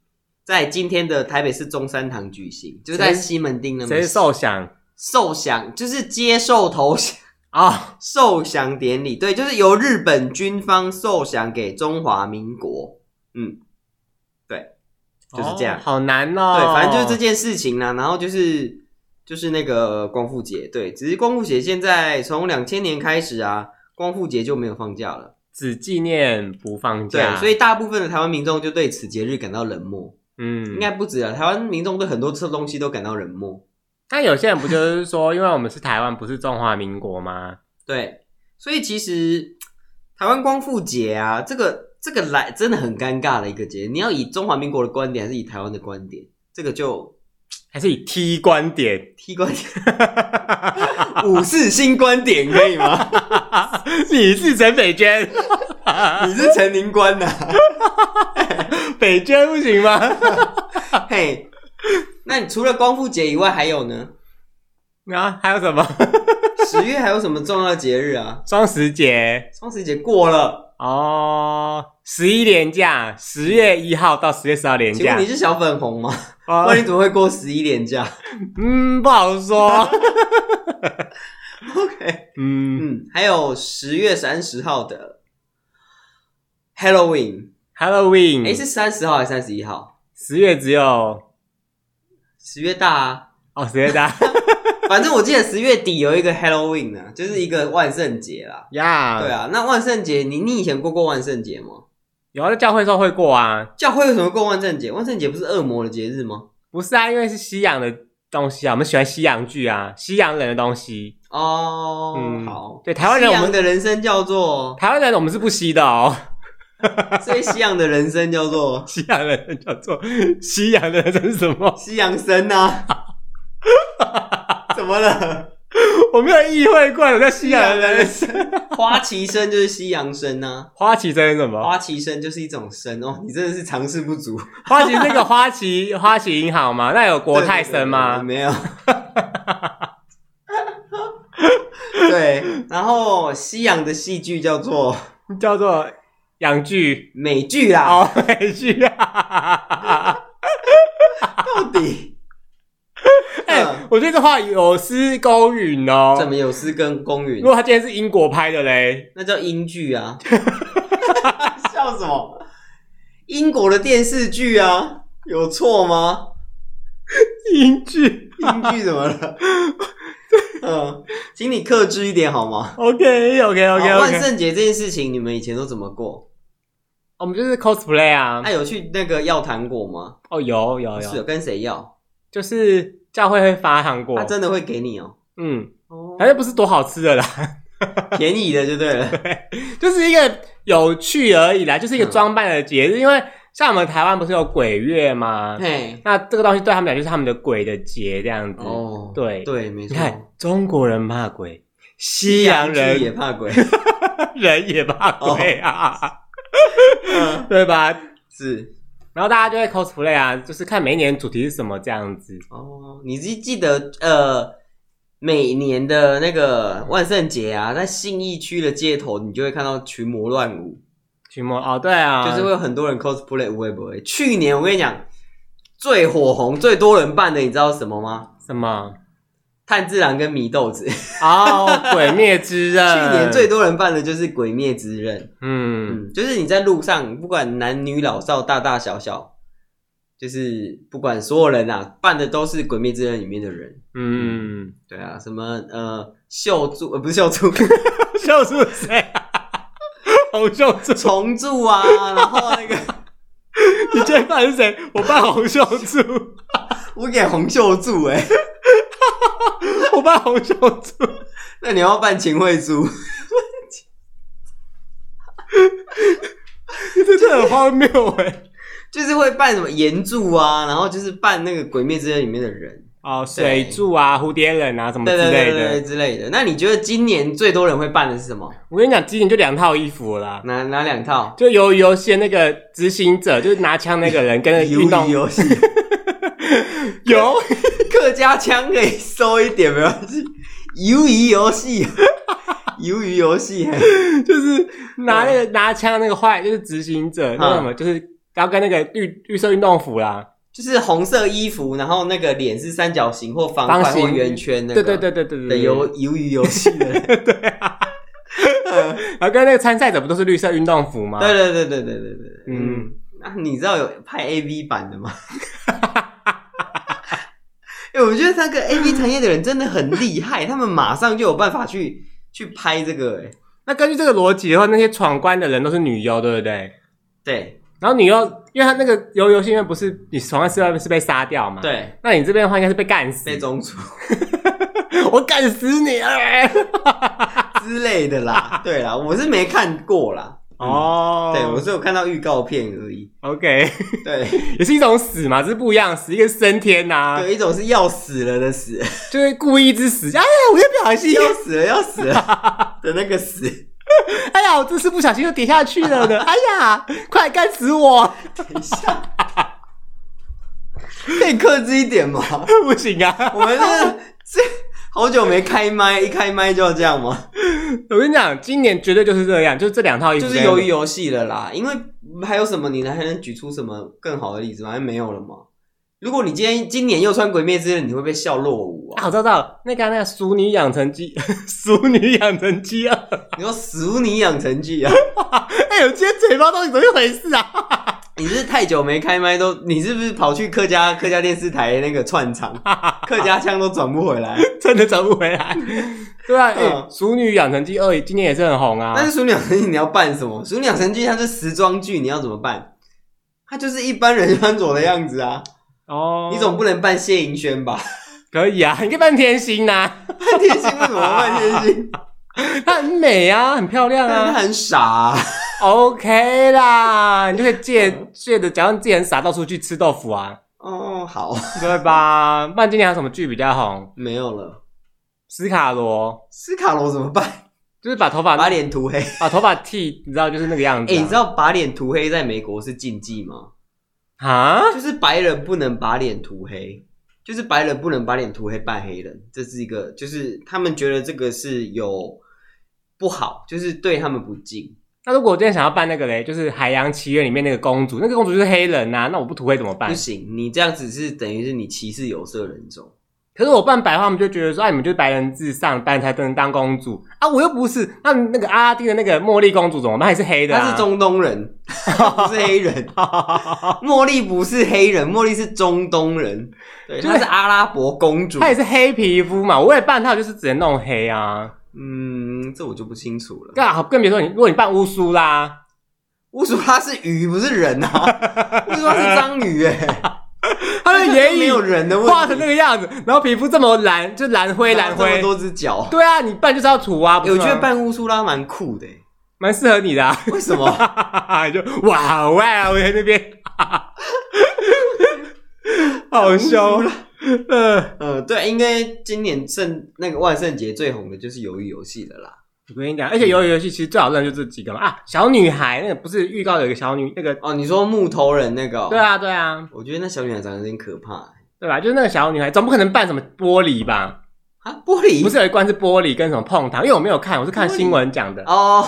[SPEAKER 1] 在今天的台北市中山堂举行，就是在
[SPEAKER 2] 谁
[SPEAKER 1] 西门町那么
[SPEAKER 2] 谁受想
[SPEAKER 1] 受降，就是接受投降。
[SPEAKER 2] 啊？
[SPEAKER 1] 受降典礼，对，就是由日本军方受降给中华民国，嗯，对，就是这样，
[SPEAKER 2] 哦好难哦。
[SPEAKER 1] 对，反正就是这件事情啦。然后就是就是那个光复节，对，只是光复节现在从两千年开始啊，光复节就没有放假了，
[SPEAKER 2] 只纪念不放
[SPEAKER 1] 对
[SPEAKER 2] 假，，
[SPEAKER 1] 所以大部分的台湾民众就对此节日感到冷漠，
[SPEAKER 2] 嗯，
[SPEAKER 1] 应该不止啊，台湾民众对很多这东西都感到冷漠，
[SPEAKER 2] 但有些人不就是说，因为我们是台湾，不是中华民国吗？
[SPEAKER 1] 对，所以其实台湾光复节啊，这个这个来真的很尴尬的一个节。你要以中华民国的观点，还是以台湾的观点？这个就
[SPEAKER 2] 还是以 T 观点？
[SPEAKER 1] T 观点，五四新观点可以 吗？
[SPEAKER 2] 你是陈北娟，
[SPEAKER 1] 你是陈宁啊官呐、
[SPEAKER 2] 北娟不行吗？
[SPEAKER 1] 嘿，那你除了光复节以外，还有呢？
[SPEAKER 2] 然后还有什么
[SPEAKER 1] 十月还有什么重要的节日啊？
[SPEAKER 2] 双十节
[SPEAKER 1] 双十节过了，
[SPEAKER 2] 哦，十一连假，十月一号到十月十号连
[SPEAKER 1] 请问
[SPEAKER 2] 假
[SPEAKER 1] 你。是小粉红吗？
[SPEAKER 2] 哦
[SPEAKER 1] 不然你怎么会过十一连假
[SPEAKER 2] 嗯，不好说。
[SPEAKER 1] ？OK，
[SPEAKER 2] 嗯
[SPEAKER 1] 嗯，还有十月三十号的 Halloween。
[SPEAKER 2] ，Halloween，
[SPEAKER 1] 哎、是三十号还是三十一号？
[SPEAKER 2] 十月只有
[SPEAKER 1] 十月大啊，
[SPEAKER 2] 哦，直接 打
[SPEAKER 1] 反正我记得十月底有一个 Halloween 呢、啊，就是一个万圣节啦。
[SPEAKER 2] 呀，
[SPEAKER 1] 对，啊，那万圣节，你你以前过过万圣节吗？
[SPEAKER 2] 有啊，在教会的时候会过啊，
[SPEAKER 1] 教会为什么过万圣节？万圣节不是恶魔的节日吗？
[SPEAKER 2] 不是啊，因为是西洋的东西啊，我们喜欢西洋剧啊，西洋人的东西。
[SPEAKER 1] 哦，
[SPEAKER 2] 嗯
[SPEAKER 1] 好，
[SPEAKER 2] 对台湾人
[SPEAKER 1] 西
[SPEAKER 2] 我
[SPEAKER 1] 洋
[SPEAKER 2] 们
[SPEAKER 1] 的人生叫 做，
[SPEAKER 2] 台湾人我们是不吸的哦，
[SPEAKER 1] 所以西洋的人生叫做
[SPEAKER 2] 西洋人叫做西洋人这是什么？
[SPEAKER 1] 西洋生啊。怎么了？
[SPEAKER 2] 我没有意会过，我叫西
[SPEAKER 1] 西
[SPEAKER 2] 洋
[SPEAKER 1] 洋的人
[SPEAKER 2] 人。
[SPEAKER 1] 生，花旗参就是西洋参呐、
[SPEAKER 2] 花旗这是什
[SPEAKER 1] 啊，
[SPEAKER 2] 么？
[SPEAKER 1] 花旗参就是一种参哦。你真的是尝试不足。
[SPEAKER 2] 花旗那个花旗花旗银行吗？那有国泰生
[SPEAKER 1] 对对对
[SPEAKER 2] 吗？
[SPEAKER 1] 没有。对，然后西洋的戏剧叫做
[SPEAKER 2] 叫做洋剧
[SPEAKER 1] 美剧啦，
[SPEAKER 2] 哦，美剧啊。
[SPEAKER 1] 到 底
[SPEAKER 2] 哎、
[SPEAKER 1] 嗯
[SPEAKER 2] 我觉得这话有失公允
[SPEAKER 1] 怎
[SPEAKER 2] 哦。
[SPEAKER 1] 么有诗跟公允
[SPEAKER 2] 如？果他今天是英国拍的嘞，
[SPEAKER 1] 那叫英剧啊！ 笑什么？英国的电视剧啊，有错吗？
[SPEAKER 2] 英剧
[SPEAKER 1] 英剧怎么 了？嗯，请你克制一点好吗
[SPEAKER 2] OK OK OK
[SPEAKER 1] 好哦万
[SPEAKER 2] OK，
[SPEAKER 1] 圣节这件事情，你们以前都怎么过？
[SPEAKER 2] 哦我们就是 cosplay 啊
[SPEAKER 1] 那、。有去那个要糖果吗？
[SPEAKER 2] 哦，有有
[SPEAKER 1] 哎是，
[SPEAKER 2] 有，
[SPEAKER 1] 跟谁要？
[SPEAKER 2] 就是教会会发糖果
[SPEAKER 1] 他，啊真的会给你哦、
[SPEAKER 2] 嗯，
[SPEAKER 1] 哦
[SPEAKER 2] 反正不是多好吃的啦，
[SPEAKER 1] 便宜的就 对了。
[SPEAKER 2] 就是一个有趣而已啦，就是一个
[SPEAKER 1] 嗯
[SPEAKER 2] 装扮的节日。因为像我们台湾不是有鬼月吗？
[SPEAKER 1] 嘿，
[SPEAKER 2] 那这个东西对他们来讲就是他们的鬼的节这样子。
[SPEAKER 1] 哦，
[SPEAKER 2] 对
[SPEAKER 1] 对，没
[SPEAKER 2] 你
[SPEAKER 1] 错。
[SPEAKER 2] 看，中国人怕鬼，西洋
[SPEAKER 1] 剧也
[SPEAKER 2] 人
[SPEAKER 1] 怕 鬼，
[SPEAKER 2] 人 也怕鬼啊，
[SPEAKER 1] 嗯
[SPEAKER 2] 对吧？
[SPEAKER 1] 是
[SPEAKER 2] 然后大家就会 cosplay 啊，就是看每一年主题是什么这样子。
[SPEAKER 1] 哦。你记记得呃，每年的那个万圣节啊，在信义区的街头，你就会看到群魔乱舞，
[SPEAKER 2] 群魔哦，对啊，
[SPEAKER 1] 就是会有很多人 cosplay 无为不为。去年我跟你讲，最火红、最多人办的，你知道是什么吗？
[SPEAKER 2] 什么
[SPEAKER 1] 炭治郎跟祢豆子，去
[SPEAKER 2] 哦，鬼灭之刃，
[SPEAKER 1] 年最多人办的就是《鬼灭之刃》。
[SPEAKER 2] 呃嗯，
[SPEAKER 1] 嗯，就是你在路上，不管男女老少、大大小小，就是不管所有人啊，扮的都是《鬼灭之刃》里面的人。
[SPEAKER 2] 嗯，
[SPEAKER 1] 对啊，什么呃，秀柱呃不是秀柱，
[SPEAKER 2] 秀树谁啊？ 洪秀柱，
[SPEAKER 1] 虫柱啊，然后那 个
[SPEAKER 2] 你今天扮是谁？我扮洪秀柱，
[SPEAKER 1] 我给红秀柱哎、
[SPEAKER 2] 欸我扮洪秀柱，
[SPEAKER 1] 那你要扮秦惠珠，
[SPEAKER 2] 你真的很荒谬 哎、
[SPEAKER 1] 就是会扮什么岩柱啊，然后就是扮那个《鬼灭之刃》里面的人，
[SPEAKER 2] 哦，水柱啊，蝴蝶忍啊，什么
[SPEAKER 1] 对
[SPEAKER 2] 之
[SPEAKER 1] 对
[SPEAKER 2] 类
[SPEAKER 1] 对
[SPEAKER 2] 的。
[SPEAKER 1] 对对之类的。那你觉得今年最多人会扮的是什么？
[SPEAKER 2] 我跟你讲，今年就两套衣服啦，
[SPEAKER 1] 哪哪两套？
[SPEAKER 2] 就由游戏的那个执行者，就是拿枪那个人，跟那个呃 运动
[SPEAKER 1] 游戏。
[SPEAKER 2] 有
[SPEAKER 1] 客家腔可以收一点，没关系。鱿鱼游戏， 鱿鱼游戏，
[SPEAKER 2] 就是拿那个拿枪那个坏，就是执行者，那个什么
[SPEAKER 1] 嗯
[SPEAKER 2] 就是。然后跟那个绿绿色运动服啦，
[SPEAKER 1] 就是红色衣服，然后那个脸是三角形或方块
[SPEAKER 2] 方形
[SPEAKER 1] 或圆圈那
[SPEAKER 2] 对
[SPEAKER 1] 个。
[SPEAKER 2] 对对对对对
[SPEAKER 1] 的
[SPEAKER 2] 对，
[SPEAKER 1] 游鱿鱼游戏的人。对
[SPEAKER 2] 然后啊跟那个参赛者不都是绿色运动服吗？
[SPEAKER 1] 对对对对对对对，嗯
[SPEAKER 2] 啊嗯。
[SPEAKER 1] 那你知道有拍 A V 版的吗？ 哎、我觉得那个 A V 产业的人真的很厉 害，他们马上就有办法去去拍这个、哎，
[SPEAKER 2] 那根据这个逻辑的话，那些闯关的人都是女优，对不对？
[SPEAKER 1] 对
[SPEAKER 2] 然后女优，因为她那个游游戏里面不是你闯关失败是被杀掉嘛？。
[SPEAKER 1] 对，
[SPEAKER 2] 那你这边的话应该是被干死，
[SPEAKER 1] 被中出。
[SPEAKER 2] 我干死你！ 哎
[SPEAKER 1] 嗯之类的啦。对啦，我是没看过啦。嗯
[SPEAKER 2] 哦，
[SPEAKER 1] 对，我是有看到预告片而已。
[SPEAKER 2] OK，
[SPEAKER 1] 对，
[SPEAKER 2] 也是一种死嘛，只是不一样，死一个是升天呐、
[SPEAKER 1] 有一种是要死了的死，
[SPEAKER 2] 就是故意之死。哎呀，我又不小心，
[SPEAKER 1] 要死了要死 了的那个死。
[SPEAKER 2] 哎呀，我这次不小心又跌下去了呢。哎呀，快干死我！
[SPEAKER 1] 等一下，可以克制一点吗？
[SPEAKER 2] 不行啊，
[SPEAKER 1] 我们这这好久没开麦，一开麦就要这样吗？
[SPEAKER 2] 我跟你讲，今年绝对就是这样，就是这两套衣 服
[SPEAKER 1] 就是由于游戏了啦，因为还有什么你还能举出什么更好的例子吗？还没有了吗？如果你今天今年又穿《鬼灭之刃》，你会被笑落伍啊
[SPEAKER 2] 啊，！我知道知道，那个啊、那个《熟女养成记》， 《熟女养成记 二》。
[SPEAKER 1] 你说《死你养成记》啊？
[SPEAKER 2] 哎呦，今天嘴巴到底怎么一回事啊？
[SPEAKER 1] 你是太久没开麦都，你是不是跑去客家客家电视台那个串 场，客家腔都转不回 来？
[SPEAKER 2] 真的转不回来。 对啊，
[SPEAKER 1] 嗯
[SPEAKER 2] 欸熟女养成记二》今年也是很红啊。
[SPEAKER 1] 但是《熟女养成记》你要扮什么？《熟女养成记》它是时装剧，你要怎么办？它就是一般人穿着的样子啊，
[SPEAKER 2] 哦，
[SPEAKER 1] 你总不能扮谢盈萱吧？
[SPEAKER 2] 可以啊，你可以扮天心呐、
[SPEAKER 1] 扮 天心为什么要扮天心？
[SPEAKER 2] 她很美啊，很漂亮
[SPEAKER 1] 但是
[SPEAKER 2] 啊
[SPEAKER 1] 她很傻、啊，
[SPEAKER 2] ，OK 啦，你就可以
[SPEAKER 1] 嗯
[SPEAKER 2] 借借着假装自己很傻到处去吃豆腐啊，
[SPEAKER 1] 哦，好，
[SPEAKER 2] 对吧？不然今年还有什么剧比较红？
[SPEAKER 1] 没有了。
[SPEAKER 2] 斯卡罗
[SPEAKER 1] 斯卡罗怎么办？
[SPEAKER 2] 就是把头发
[SPEAKER 1] 把脸涂黑。
[SPEAKER 2] 把头发剃，你知道就是那个样子、
[SPEAKER 1] 哎、
[SPEAKER 2] 啊。
[SPEAKER 1] 你知道把脸涂黑在美国是禁忌吗？
[SPEAKER 2] 啊？
[SPEAKER 1] 就是白人不能把脸涂黑，就是白人不能把脸涂黑扮黑人，这是一个，就是他们觉得这个是有不好，就是对他们不敬。
[SPEAKER 2] 那如果我今天想要扮那个嘞，就是《海洋奇缘》里面那个公主，那个公主就是黑人呐、那我不涂黑怎么办
[SPEAKER 1] 不？行，你这样子是等于是你歧视有色人种。
[SPEAKER 2] 可是我扮白的话，我们就觉得说，啊，你们就是白人至上，白人才能当公主啊，我又不是。那那个阿拉丁的那个茉莉公主怎么办？还是黑的、啊？
[SPEAKER 1] 他是中东人， 他不是黑 人。茉莉不是黑人，茉莉是中东人，对，
[SPEAKER 2] 就是
[SPEAKER 1] 她是阿拉伯公主
[SPEAKER 2] 她。也是黑皮肤嘛。我也扮她，我就是只能弄黑啊。
[SPEAKER 1] 嗯，这我就不清楚了。
[SPEAKER 2] 更好，更别说你，如果你扮乌苏啦，
[SPEAKER 1] 乌苏拉是鱼，不是人 啊！乌苏拉是章鱼、 哎，
[SPEAKER 2] 她的 眼
[SPEAKER 1] 没有
[SPEAKER 2] 影
[SPEAKER 1] 人的问题，
[SPEAKER 2] 画成那个样子，然后皮肤这么蓝，就蓝灰蓝
[SPEAKER 1] 这么
[SPEAKER 2] 灰。
[SPEAKER 1] 多只脚。
[SPEAKER 2] 对啊，你扮就是要涂啊。
[SPEAKER 1] 哎
[SPEAKER 2] 不是
[SPEAKER 1] 我
[SPEAKER 2] 吗
[SPEAKER 1] 觉得扮乌苏拉蛮酷的、哎
[SPEAKER 2] 蛮适合你的、啊。
[SPEAKER 1] 为什么？
[SPEAKER 2] 你 就哇哇，我在那 边，好凶 了。呃，
[SPEAKER 1] 呃，对，应该今年圣那个万圣节最红的就是鱿鱼游戏了啦。
[SPEAKER 2] 我跟你讲，而且游游戏其实最好认就这几个嘛啊，小女孩那个不是预告有一个小女那个，
[SPEAKER 1] 哦，你说木头人那个、哦
[SPEAKER 2] 对，啊对啊
[SPEAKER 1] 我觉得那小女孩长得有点可怕、哎
[SPEAKER 2] 对吧？就是那个小女孩，总不可能扮什么玻璃吧？
[SPEAKER 1] 啊，玻璃
[SPEAKER 2] 不是有一关是玻璃跟什么碰糖，因为我没有看，我是看
[SPEAKER 1] 玻璃
[SPEAKER 2] 新闻讲的。
[SPEAKER 1] 哦，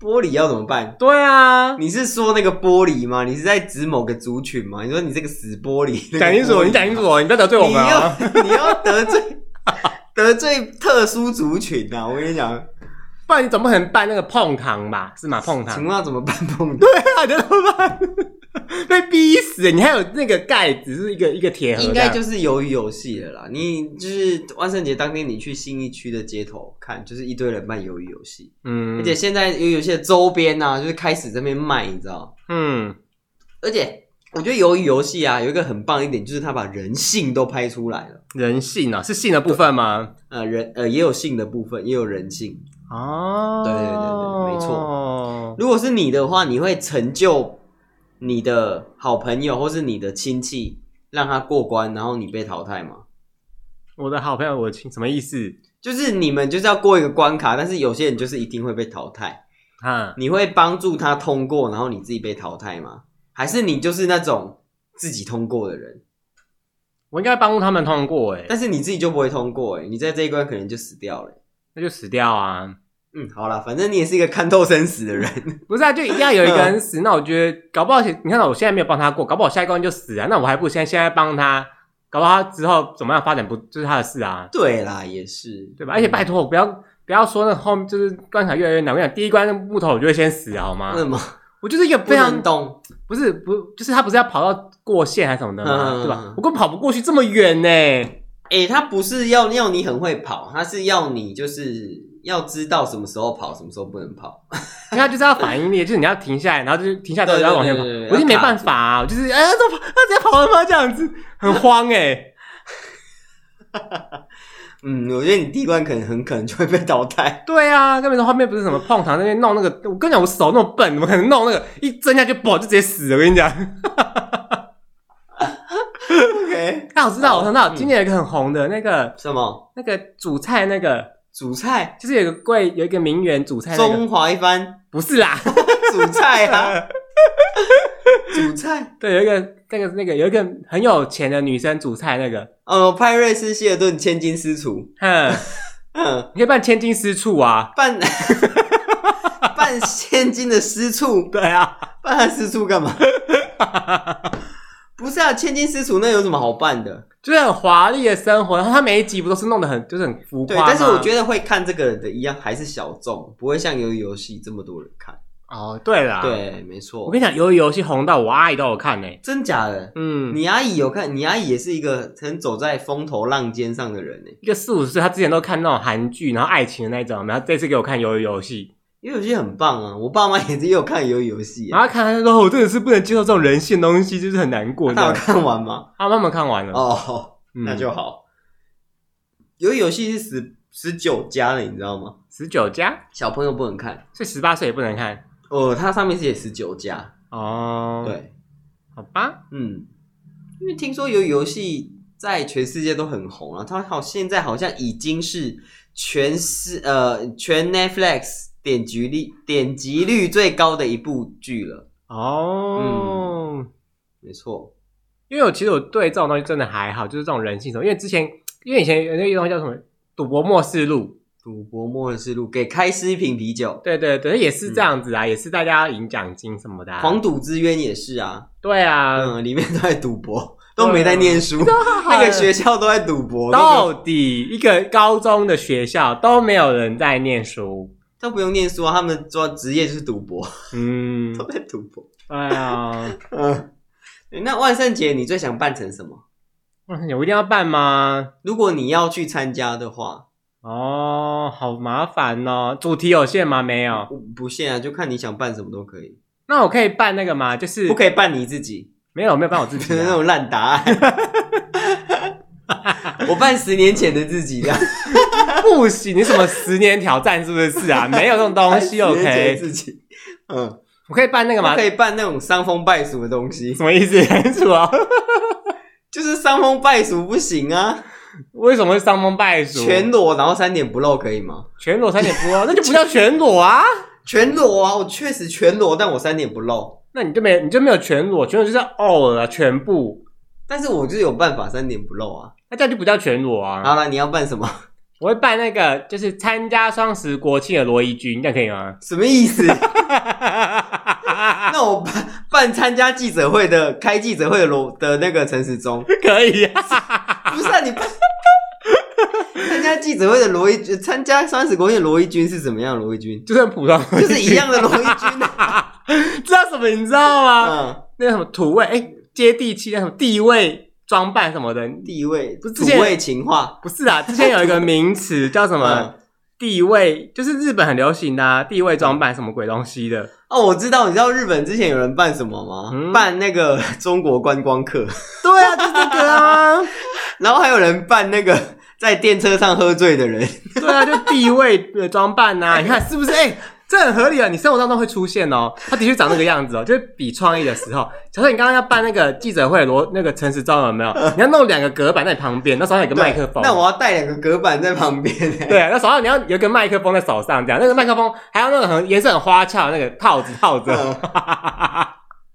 [SPEAKER 1] 玻璃要怎么办？
[SPEAKER 2] 对啊，
[SPEAKER 1] 你是说那个玻璃吗？你是在指某个族群吗？你说你这个死玻璃，那个
[SPEAKER 2] 讲清
[SPEAKER 1] 玻
[SPEAKER 2] 楚，
[SPEAKER 1] 璃
[SPEAKER 2] 你讲清楚哦，你不要得罪我
[SPEAKER 1] 你
[SPEAKER 2] 们啊！
[SPEAKER 1] 要你要得罪 得罪特殊族群啊！我跟你讲，
[SPEAKER 2] 不然你总不可能扮那个碰糖吧？是吗？碰糖
[SPEAKER 1] 请。问要怎么办碰
[SPEAKER 2] 对 啊，你怎么办？被逼死！欸你还有那个盖子是一个一个铁盒这样，
[SPEAKER 1] 应该就是鱿鱼游戏了啦。你就是万圣节当天，你去信义区的街头看，就是一堆人办鱿鱼游戏，
[SPEAKER 2] 嗯，
[SPEAKER 1] 而且现在鱿鱼游戏的周边啊，就是开始这边卖，你知道？
[SPEAKER 2] 嗯，
[SPEAKER 1] 而且我觉得鱿鱼游戏啊，有一个很棒一点，就是它把人性都拍出来了。
[SPEAKER 2] 人性啊，是性的部分吗？
[SPEAKER 1] 呃，人呃也有性的部分，也有人性。
[SPEAKER 2] 哦，
[SPEAKER 1] 对对对对没
[SPEAKER 2] 错。
[SPEAKER 1] 如果是你的话，你会成就你的好朋友或是你的亲戚，让他过关，然后你被淘汰吗？
[SPEAKER 2] 我的好朋友，我亲什么意思？
[SPEAKER 1] 就是你们就是要过一个关卡，但是有些人就是一定会被淘汰。
[SPEAKER 2] 哈，
[SPEAKER 1] 你会帮助他通过，然后你自己被淘汰吗？还是你就是那种自己通过的人，
[SPEAKER 2] 我应该帮助他们通过哎，
[SPEAKER 1] 但是你自己就不会通过、欸？你在这一关可能就死掉了欸、
[SPEAKER 2] 那就死掉啊！
[SPEAKER 1] 嗯，好啦，反正你也是一个看透生死的人。
[SPEAKER 2] 不是啊，就一定要有一个人死。那我觉得，搞不好你看到我现在没有帮他过，搞不好下一关就死啊。那我还不如现在现在帮他，搞不好他之后怎么样发展不就是他的事啊？
[SPEAKER 1] 对啦，也是，
[SPEAKER 2] 对吧？而且拜托，不要不要说那后面就是关卡越来越难。我跟你讲，第一关那木头我就会先死，啊好吗
[SPEAKER 1] 为？什么
[SPEAKER 2] 我就是一个
[SPEAKER 1] 嗯不
[SPEAKER 2] 非常
[SPEAKER 1] 能动？
[SPEAKER 2] 不是不就是他不是要跑到过线还是什么的吗？
[SPEAKER 1] 嗯
[SPEAKER 2] 对吧？我根本跑不过去这么 远呢、
[SPEAKER 1] 诶、他不是要要你很会跑，他是要你就是要知道什么时候跑，什么时候不能跑。
[SPEAKER 2] 因为他就是要反应力，就是你要停下来，然后就是停下来之后
[SPEAKER 1] 对
[SPEAKER 2] 要往前跑。
[SPEAKER 1] 对对对对
[SPEAKER 2] 我就没
[SPEAKER 1] 要卡
[SPEAKER 2] 办法、啊，我就是哎，呀怎么跑他直接跑了吗？这样子很慌哎、
[SPEAKER 1] 嗯，我觉得你第一关可能很可能就会被淘汰。
[SPEAKER 2] 对啊，根本说后面不是什么碰糖那边弄那个，我跟你讲，我手那么笨，怎么可能弄那个一挣下去，嘣就直接死了？我跟你讲，
[SPEAKER 1] OK，
[SPEAKER 2] 那我知道，我知道，
[SPEAKER 1] 嗯
[SPEAKER 2] 今年有一个很红的那个
[SPEAKER 1] 什么
[SPEAKER 2] 那个主菜那个，
[SPEAKER 1] 主菜？
[SPEAKER 2] 就是有一个贵有一个名媛主菜那个，
[SPEAKER 1] 中华一番
[SPEAKER 2] 不是 啦，
[SPEAKER 1] 主菜啊，主菜。
[SPEAKER 2] 对，有一个那个那个有一个很有钱的女生煮菜那个，
[SPEAKER 1] 呃，派瑞斯希尔顿千金私厨，
[SPEAKER 2] 哼，
[SPEAKER 1] 嗯，
[SPEAKER 2] 你可以办千金私处啊。
[SPEAKER 1] 办办千金的私处，
[SPEAKER 2] 对啊，
[SPEAKER 1] 办他私处干嘛？ 不是啊，千金私厨那有什么好办的？
[SPEAKER 2] 就是很华丽的生活，然后他每一集不都是弄得很就是很浮
[SPEAKER 1] 对，
[SPEAKER 2] 夸吗
[SPEAKER 1] 但是我觉得会看这个的一样还是小众，不会像鱿鱼游戏这么多人看。
[SPEAKER 2] 得哦，对啦，，
[SPEAKER 1] 对，没错
[SPEAKER 2] 我。跟你讲，鱿鱼游戏红到我阿姨都有看呢、
[SPEAKER 1] 真假的？
[SPEAKER 2] 嗯，
[SPEAKER 1] 你阿姨有看？你阿姨也是一个很走在风头浪尖上的人呢。
[SPEAKER 2] 一个四五十岁，她之前都看那种韩剧，然后爱情的那种，然后这次给我看鱿鱼游戏，
[SPEAKER 1] 因为有些很棒啊，我爸妈也是也有看游游戏
[SPEAKER 2] 然
[SPEAKER 1] 啊，
[SPEAKER 2] 后她看她就说，我哦真的是不能接受这种人性的东西，就是很难过。这
[SPEAKER 1] 他有
[SPEAKER 2] 样
[SPEAKER 1] 看完吗？
[SPEAKER 2] 她慢慢看完了，
[SPEAKER 1] 哦，
[SPEAKER 2] 啊嗯
[SPEAKER 1] 那就好。游游戏是十十九加的，你知道吗？
[SPEAKER 2] 十九加，
[SPEAKER 1] 小朋友不能看，
[SPEAKER 2] 所以十八岁也不能看
[SPEAKER 1] 哦，它上面是写十九加，
[SPEAKER 2] 哦。，
[SPEAKER 1] 对，
[SPEAKER 2] 好吧，
[SPEAKER 1] 嗯，因为听说游游戏在全世界都很红啊，它好现在好像已经是全世呃全 Netflix 点击率点击率最高的一部剧了，
[SPEAKER 2] 哦。
[SPEAKER 1] 嗯没错，
[SPEAKER 2] 因为我其实我对这种东西真的还好，就是这种人性什么，因为之前因为以前有那个东西叫什么赌博末世录，
[SPEAKER 1] 赌博末日之路给开司一瓶啤酒。
[SPEAKER 2] 对对对，也是这样
[SPEAKER 1] 嗯
[SPEAKER 2] 子啊，也是大家要赢奖金什么的、啊。
[SPEAKER 1] 黄赌之渊也是啊，
[SPEAKER 2] 对啊，
[SPEAKER 1] 嗯，里面都在赌 博，都没在念书，那个学校都在赌博，啊都
[SPEAKER 2] 到底一个高中的学校都没有人在念书，
[SPEAKER 1] 都不用念书啊，他们做职业就是赌博，
[SPEAKER 2] 嗯，
[SPEAKER 1] 都在赌博。
[SPEAKER 2] 哎呀，
[SPEAKER 1] 嗯，那万圣节你最想扮成什么？
[SPEAKER 2] 我想我一定要办吗？
[SPEAKER 1] 如果你要去参加的话，
[SPEAKER 2] 哦，好麻烦哦，主题有限吗？没有，
[SPEAKER 1] 不不限啊，就看你想扮什么都可以，
[SPEAKER 2] 那我可以办那个吗？就是
[SPEAKER 1] 不可以扮你自 己，
[SPEAKER 2] 没有没有办我自己、
[SPEAKER 1] 就是那
[SPEAKER 2] 啊，
[SPEAKER 1] 种烂答案。 我扮十年前的自己 的，
[SPEAKER 2] 不行，你什么十年挑战是不是啊？没有这种东西
[SPEAKER 1] 扮十年前的
[SPEAKER 2] ，OK。
[SPEAKER 1] 自己，嗯，
[SPEAKER 2] 我可以办那个
[SPEAKER 1] 不
[SPEAKER 2] 吗？
[SPEAKER 1] 可以扮那种伤风败俗的东西
[SPEAKER 2] 什，么意思？ 啊什么？
[SPEAKER 1] 就是伤风败俗不行啊。
[SPEAKER 2] 为什么会伤风败俗？
[SPEAKER 1] 全裸，然后三点不露可以吗？
[SPEAKER 2] 全裸三点不露，那就不叫全裸啊！
[SPEAKER 1] 全裸啊，我确实全裸，但我三点不露，
[SPEAKER 2] 那你就没你就没有全裸，全裸就是偶尔啊，全部，
[SPEAKER 1] 但是我就是有办法三点不露啊。
[SPEAKER 2] 那这样就不叫全裸啊。
[SPEAKER 1] 好了，你要办什么？
[SPEAKER 2] 我会办那个，就是参加双十国庆的罗伊军，这样可以吗？
[SPEAKER 1] 什么意思？ 那我办办参加记者会的开记者会的罗的那个陈时中，
[SPEAKER 2] 可以啊，
[SPEAKER 1] 不是啊，你办参加记者会的罗一军，参加三十国宴的罗一军是怎么样？罗一军
[SPEAKER 2] 就是很普通，
[SPEAKER 1] 就是一 样的罗一军啊。
[SPEAKER 2] 知道什么？你知道吗？
[SPEAKER 1] 嗯，
[SPEAKER 2] 那个什么土味，哎、接地气，那什么地位装扮什么的，
[SPEAKER 1] 地位
[SPEAKER 2] 不是
[SPEAKER 1] 土
[SPEAKER 2] 之前
[SPEAKER 1] 味情话
[SPEAKER 2] 不是啊，之前有一个名词叫什么
[SPEAKER 1] 嗯
[SPEAKER 2] 地位，就是日本很流行的、啊、地位装扮什么鬼东西的，
[SPEAKER 1] 哦，我知道，你知道日本之前有人办什么吗？
[SPEAKER 2] 嗯
[SPEAKER 1] 办那个中国观光客。
[SPEAKER 2] 对啊，就是这个啊，
[SPEAKER 1] 然后还有人扮那个 在电车上喝醉的人，
[SPEAKER 2] 对啊，就地位的装扮啊，你看是不是？哎、这很合理啊，你生活当中会出现哦，他的确长那个样子哦，就是比创意的时候，假设你刚刚要办那个记者会罗那个陈时中有没有？你要弄两个隔板在你旁边，那手上有个麦克风，
[SPEAKER 1] 那我要带两个隔板在旁边、欸。
[SPEAKER 2] 对，啊那手上你要有一个麦克风在手上，这样那个麦克风还要那个很颜色很花俏的那个套子套子，
[SPEAKER 1] 嗯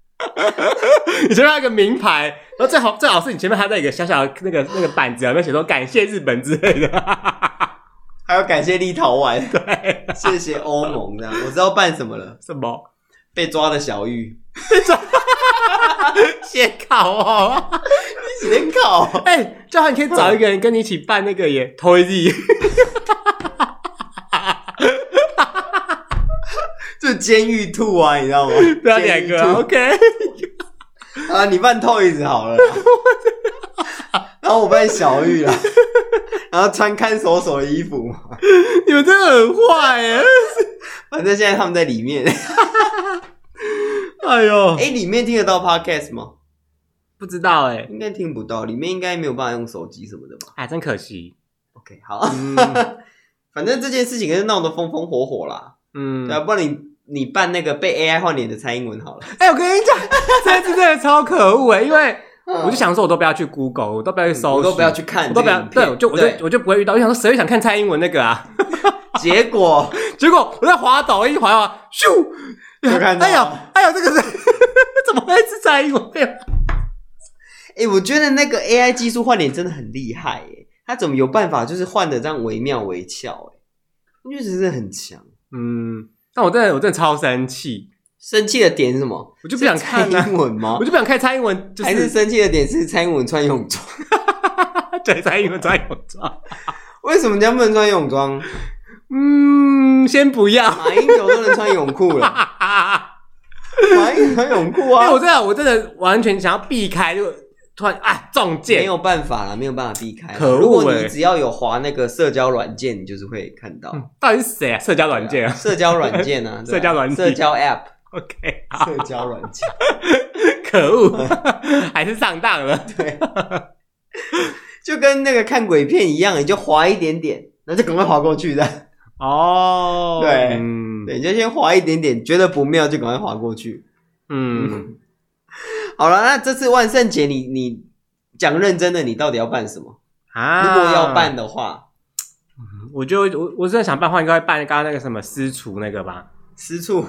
[SPEAKER 2] 你前面还有一个名牌，然后最好最好是你前面还有一个小小的那个那个板子，有没有写说感谢日本之类的？
[SPEAKER 1] 还要感谢立陶宛，对，谢谢欧盟这样。我知道办什么了，
[SPEAKER 2] 什么？
[SPEAKER 1] 被抓的小玉，
[SPEAKER 2] 写考哦！
[SPEAKER 1] 你能搞？
[SPEAKER 2] 哎、正好你可以找一个人跟你一起办那个耶 t o y z
[SPEAKER 1] 就监狱兔啊，你知道吗？
[SPEAKER 2] 对啊，两个啊 OK。
[SPEAKER 1] 个啊，你扮 Toys 好了啦。然后我扮小玉啦，然后穿看守所的衣服嘛，
[SPEAKER 2] 你们真的很坏欸耶！
[SPEAKER 1] 反正现在他们在里 面。
[SPEAKER 2] 哎呦，
[SPEAKER 1] 哎、里面听得到 Podcast 吗？
[SPEAKER 2] 不知道哎，
[SPEAKER 1] 应该听不到，里面应该没有办法用手机什么的吧。
[SPEAKER 2] 哎，真可惜。
[SPEAKER 1] OK，好，嗯反正这件事情也是闹得风风火火啦。
[SPEAKER 2] 嗯
[SPEAKER 1] 对啊，不然你你办那个被 AI 换脸的蔡英文好了。
[SPEAKER 2] 哎、我跟你讲，这一次真的超可恶哎，因为
[SPEAKER 1] 嗯
[SPEAKER 2] 我就想说，我都不要去 Google，我都不要去搜
[SPEAKER 1] 我
[SPEAKER 2] 寻，
[SPEAKER 1] 都不要去看
[SPEAKER 2] 我
[SPEAKER 1] 这
[SPEAKER 2] 都
[SPEAKER 1] 个
[SPEAKER 2] 不要，
[SPEAKER 1] 影片，
[SPEAKER 2] 对，我就我就我就不会遇到。我想说，谁会想看蔡英文那个啊？
[SPEAKER 1] 结果
[SPEAKER 2] 结果我在滑抖音滑一滑，咻，
[SPEAKER 1] 就看到
[SPEAKER 2] 哎呀，哎呀，这个是 怎么会是蔡英文？
[SPEAKER 1] 哎、我觉得那个 AI 技术换脸真的很厉害耶，它怎么有办法就是换的这样惟妙惟肖哎，我觉得真的很强。
[SPEAKER 2] 嗯，但我真的我真的超生气，
[SPEAKER 1] 生气的点是什么？
[SPEAKER 2] 我就不想看
[SPEAKER 1] 是
[SPEAKER 2] 啊
[SPEAKER 1] 蔡英文吗
[SPEAKER 2] 我？就不想看蔡英文，就
[SPEAKER 1] 还是
[SPEAKER 2] 是
[SPEAKER 1] 生气的点是蔡英文穿泳装？
[SPEAKER 2] 对蔡英文穿泳装，
[SPEAKER 1] 为什么人家不能穿泳装？
[SPEAKER 2] 嗯，先不 要。
[SPEAKER 1] 马英九都能穿泳裤 了，马英九穿泳裤
[SPEAKER 2] 因为
[SPEAKER 1] 啊
[SPEAKER 2] 哎我，真的，我真的完全想要避开，就突然啊中
[SPEAKER 1] 没
[SPEAKER 2] 箭，
[SPEAKER 1] 有办法啦，没有办法避开啦。
[SPEAKER 2] 可恶欸
[SPEAKER 1] 如果你只要有滑那个社交软件，你就是会看到
[SPEAKER 2] 到底是谁啊？社交软件啊
[SPEAKER 1] 社交软件 啊，对啊
[SPEAKER 2] 社交软体
[SPEAKER 1] 社交 App，
[SPEAKER 2] ？OK，
[SPEAKER 1] 社交软件。
[SPEAKER 2] 可恶，还是上当了。
[SPEAKER 1] 就跟那个看鬼片一样，你就滑一点点，那就赶快滑过去的。
[SPEAKER 2] 嗯哦，
[SPEAKER 1] 对
[SPEAKER 2] 嗯
[SPEAKER 1] 对，你就先滑一点点，觉得不妙就赶快滑过去。
[SPEAKER 2] 嗯，
[SPEAKER 1] 好了，那这次万圣节你你讲认真的，你到底要办什么？
[SPEAKER 2] 啊，
[SPEAKER 1] 如果要办，的话，
[SPEAKER 2] 我就我我真的想办的话，应该会办刚刚那个什么私厨那 个吧，
[SPEAKER 1] 私处，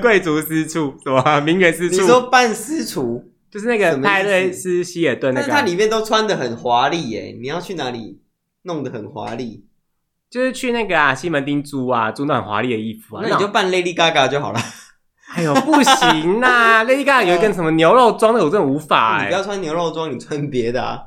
[SPEAKER 2] 贵族私厨什么名媛私
[SPEAKER 1] 你
[SPEAKER 2] 厨，
[SPEAKER 1] 说办私厨，
[SPEAKER 2] 就是那
[SPEAKER 1] 什
[SPEAKER 2] 个
[SPEAKER 1] 么意思
[SPEAKER 2] 派瑞斯希尔顿那
[SPEAKER 1] 但
[SPEAKER 2] 个
[SPEAKER 1] 是
[SPEAKER 2] 啊、
[SPEAKER 1] 它里面都穿的很华丽耶，你要去哪里弄得很华丽？
[SPEAKER 2] 就是去那个啊西门町租啊，租那很华丽的衣服啊，
[SPEAKER 1] 那你就
[SPEAKER 2] 种
[SPEAKER 1] 办 Lady Gaga 就好了，
[SPEAKER 2] 哎呦不行 呐、Lady Gaga 有一个什么牛肉装的，我真的无法
[SPEAKER 1] 你
[SPEAKER 2] 哎、
[SPEAKER 1] 不要穿牛肉装，你穿别的啊，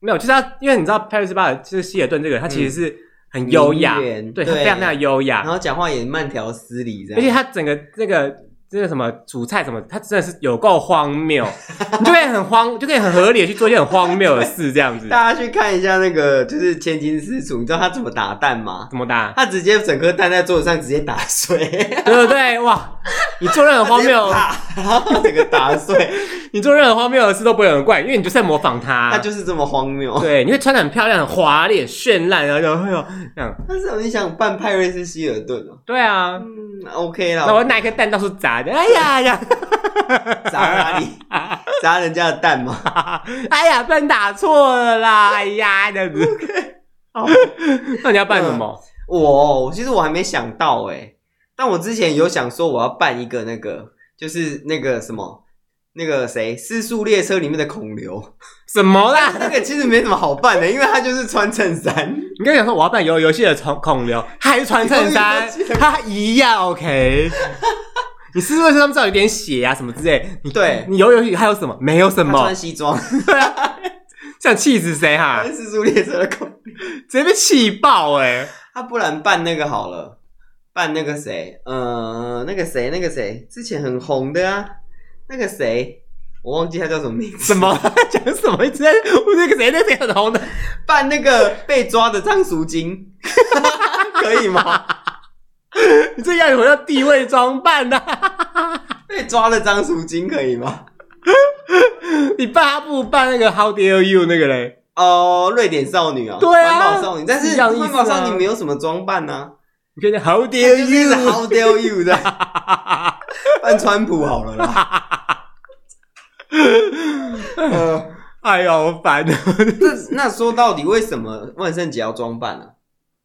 [SPEAKER 2] 没有，就是他，因为你知道派瑞斯巴尔就是希尔顿这个人，他其实是很优雅，
[SPEAKER 1] 嗯名媛
[SPEAKER 2] 对，他
[SPEAKER 1] 对
[SPEAKER 2] 非常非常优雅
[SPEAKER 1] 然，后讲话也慢条斯理这
[SPEAKER 2] 啊而且
[SPEAKER 1] 样。
[SPEAKER 2] 他整个那个这个什么主菜什么，他真的是有够荒谬， 你就可以很荒，就可以很合理的去做一些很荒谬的事，这样子
[SPEAKER 1] 大家去看一下那个，就是千金私厨，你知道他怎么打蛋吗？
[SPEAKER 2] 怎么打？
[SPEAKER 1] 他直接整颗蛋在桌子上直接打碎，
[SPEAKER 2] 对不对？哇，你做任何荒谬，
[SPEAKER 1] 啪，然后整个打碎，
[SPEAKER 2] 你做任何荒谬的事都不会有人怪你，因为你就是在模仿 他，
[SPEAKER 1] 他就是这么荒谬。
[SPEAKER 2] 对，你会穿的很漂亮、很华丽、很绚烂，然后就哎呦这样，
[SPEAKER 1] 但是你想扮派瑞斯希尔顿哦，
[SPEAKER 2] 对啊。
[SPEAKER 1] 嗯，OK
[SPEAKER 2] 那我
[SPEAKER 1] 啦，
[SPEAKER 2] 拿一颗蛋到处砸的，哎呀呀，
[SPEAKER 1] 砸哪里？砸人家的蛋吗？
[SPEAKER 2] 哎呀，不然打错了啦！哎呀，这样子。 那你要办什么？
[SPEAKER 1] 嗯我其实我还没想到哎、但我之前有想说我要办一个那个，就是那个什么，那个谁，《失速列车》里面的孔刘，
[SPEAKER 2] 什么啦？
[SPEAKER 1] 那个其实没什么好办的，因为他就是穿衬衫。
[SPEAKER 2] 你跟我讲说我要办游游戏的孔孔流，他还是穿衬 衫
[SPEAKER 1] 游戏的，
[SPEAKER 2] 他一样 OK。你是不是上面有一点血啊什么之类？你
[SPEAKER 1] 对
[SPEAKER 2] 你游游戏还有什么？没有什
[SPEAKER 1] 他
[SPEAKER 2] 么
[SPEAKER 1] 穿，西 哎装，
[SPEAKER 2] 想气死谁哈、
[SPEAKER 1] 《失速列车》的孔
[SPEAKER 2] 直接被气爆哎、
[SPEAKER 1] 啊，不然办那个好了，办那个谁，呃，那个谁，那个谁，之前很红的啊，那个谁，我忘记他叫什么名字。
[SPEAKER 2] 什么 讲什么？直接我那个谁那谁很红的，
[SPEAKER 1] 办那个被抓的张赎金， 可以吗？
[SPEAKER 2] 你这要回到地位装扮啊呐、
[SPEAKER 1] 被抓的张赎金可以吗？
[SPEAKER 2] 你办他不如办那个 How dare you 那个嘞？
[SPEAKER 1] 哦，瑞典少女啊，
[SPEAKER 2] 对啊
[SPEAKER 1] 环保少女，但
[SPEAKER 2] 一
[SPEAKER 1] 是
[SPEAKER 2] 样意思啊
[SPEAKER 1] 环保少女没有什么装扮呐、
[SPEAKER 2] 你可以讲 How
[SPEAKER 1] 啊，就
[SPEAKER 2] dare
[SPEAKER 1] 是
[SPEAKER 2] you？
[SPEAKER 1] How dare you 的，扮川普好了啦。 呃
[SPEAKER 2] 哎呦，好烦！
[SPEAKER 1] 这那说到底，为什么万圣节要装扮呢、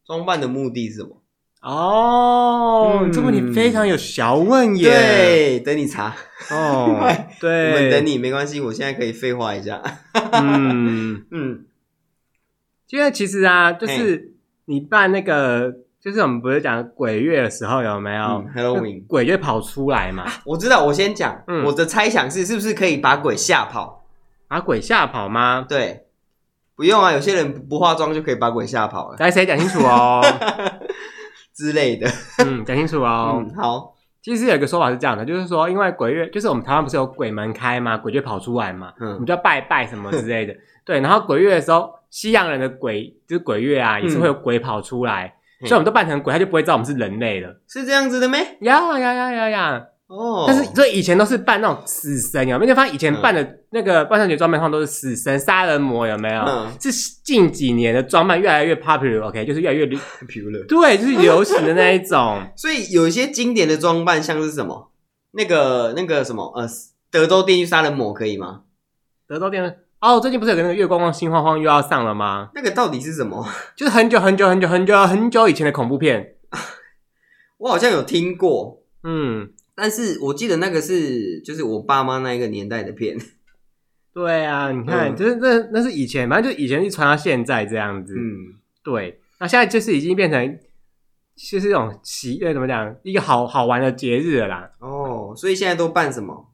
[SPEAKER 1] 装扮的目的是什么？
[SPEAKER 2] 哦，
[SPEAKER 1] 嗯
[SPEAKER 2] 这问题非常有学问耶。，
[SPEAKER 1] 对，等你查，
[SPEAKER 2] 哦，
[SPEAKER 1] 我
[SPEAKER 2] 对，
[SPEAKER 1] 们等。你，没关系，我现在可以废话一下。
[SPEAKER 2] 嗯，
[SPEAKER 1] 嗯，
[SPEAKER 2] 因为其实啊，就是你办那个，就是我们不是讲鬼月的时候有没有、
[SPEAKER 1] 嗯，Halloween
[SPEAKER 2] 鬼月跑出来嘛，
[SPEAKER 1] 我知道，我先讲，
[SPEAKER 2] 嗯
[SPEAKER 1] 我的猜想是，是不是可以把鬼吓跑？
[SPEAKER 2] 把鬼吓跑吗？
[SPEAKER 1] 对，不用啊，有些人不不化妆就可以把鬼吓跑了哎
[SPEAKER 2] 来，谁讲清楚哦？
[SPEAKER 1] 之类的。
[SPEAKER 2] 嗯，讲清楚哦。
[SPEAKER 1] 嗯，好，
[SPEAKER 2] 其实有一个说法是这样的，就是说，因为鬼月，就是我们台湾不是有鬼门开嘛，鬼就跑出来嘛，我们
[SPEAKER 1] 嗯，
[SPEAKER 2] 就要拜拜什么之类的。对，然后鬼月的时候，西洋人的鬼就是鬼月啊，也是会有鬼跑出来，
[SPEAKER 1] 嗯
[SPEAKER 2] 所以我们都扮成鬼，他就不会知道我们是人类了。
[SPEAKER 1] 是这样子的没？
[SPEAKER 2] 呀呀呀呀呀！
[SPEAKER 1] 哦，嗯
[SPEAKER 2] 但是所以以前都是扮那种死神，有没有？你发现以前扮的那个万圣节装扮上都是死神、杀人魔，有没有？
[SPEAKER 1] 嗯
[SPEAKER 2] 是近几年的装扮越来越 popular，OK，、就是越来越流
[SPEAKER 1] 皮了。
[SPEAKER 2] 对，就是流行的那一种。
[SPEAKER 1] 所以有一些经典的装扮，像是什么那个那个什么呃，德州电锯杀人魔可以吗？
[SPEAKER 2] 德州电哦，最近不是有个那个月光光心慌慌又要上了吗？
[SPEAKER 1] 那个到底是什么？
[SPEAKER 2] 就是很久很久很久很久很久以前的恐怖片。
[SPEAKER 1] 我好像有听过，
[SPEAKER 2] 嗯，
[SPEAKER 1] 但是我记得那个是就是我爸妈那一个年代的片。
[SPEAKER 2] 嗯对啊，你看，
[SPEAKER 1] 嗯
[SPEAKER 2] 就是那那是以前，反正就以前一直传到现在这样子。
[SPEAKER 1] 嗯，
[SPEAKER 2] 对，那现在就是已经变成就是一种喜呃怎么讲，一个好好玩的节日了啦。
[SPEAKER 1] 哦，所以现在都扮什么？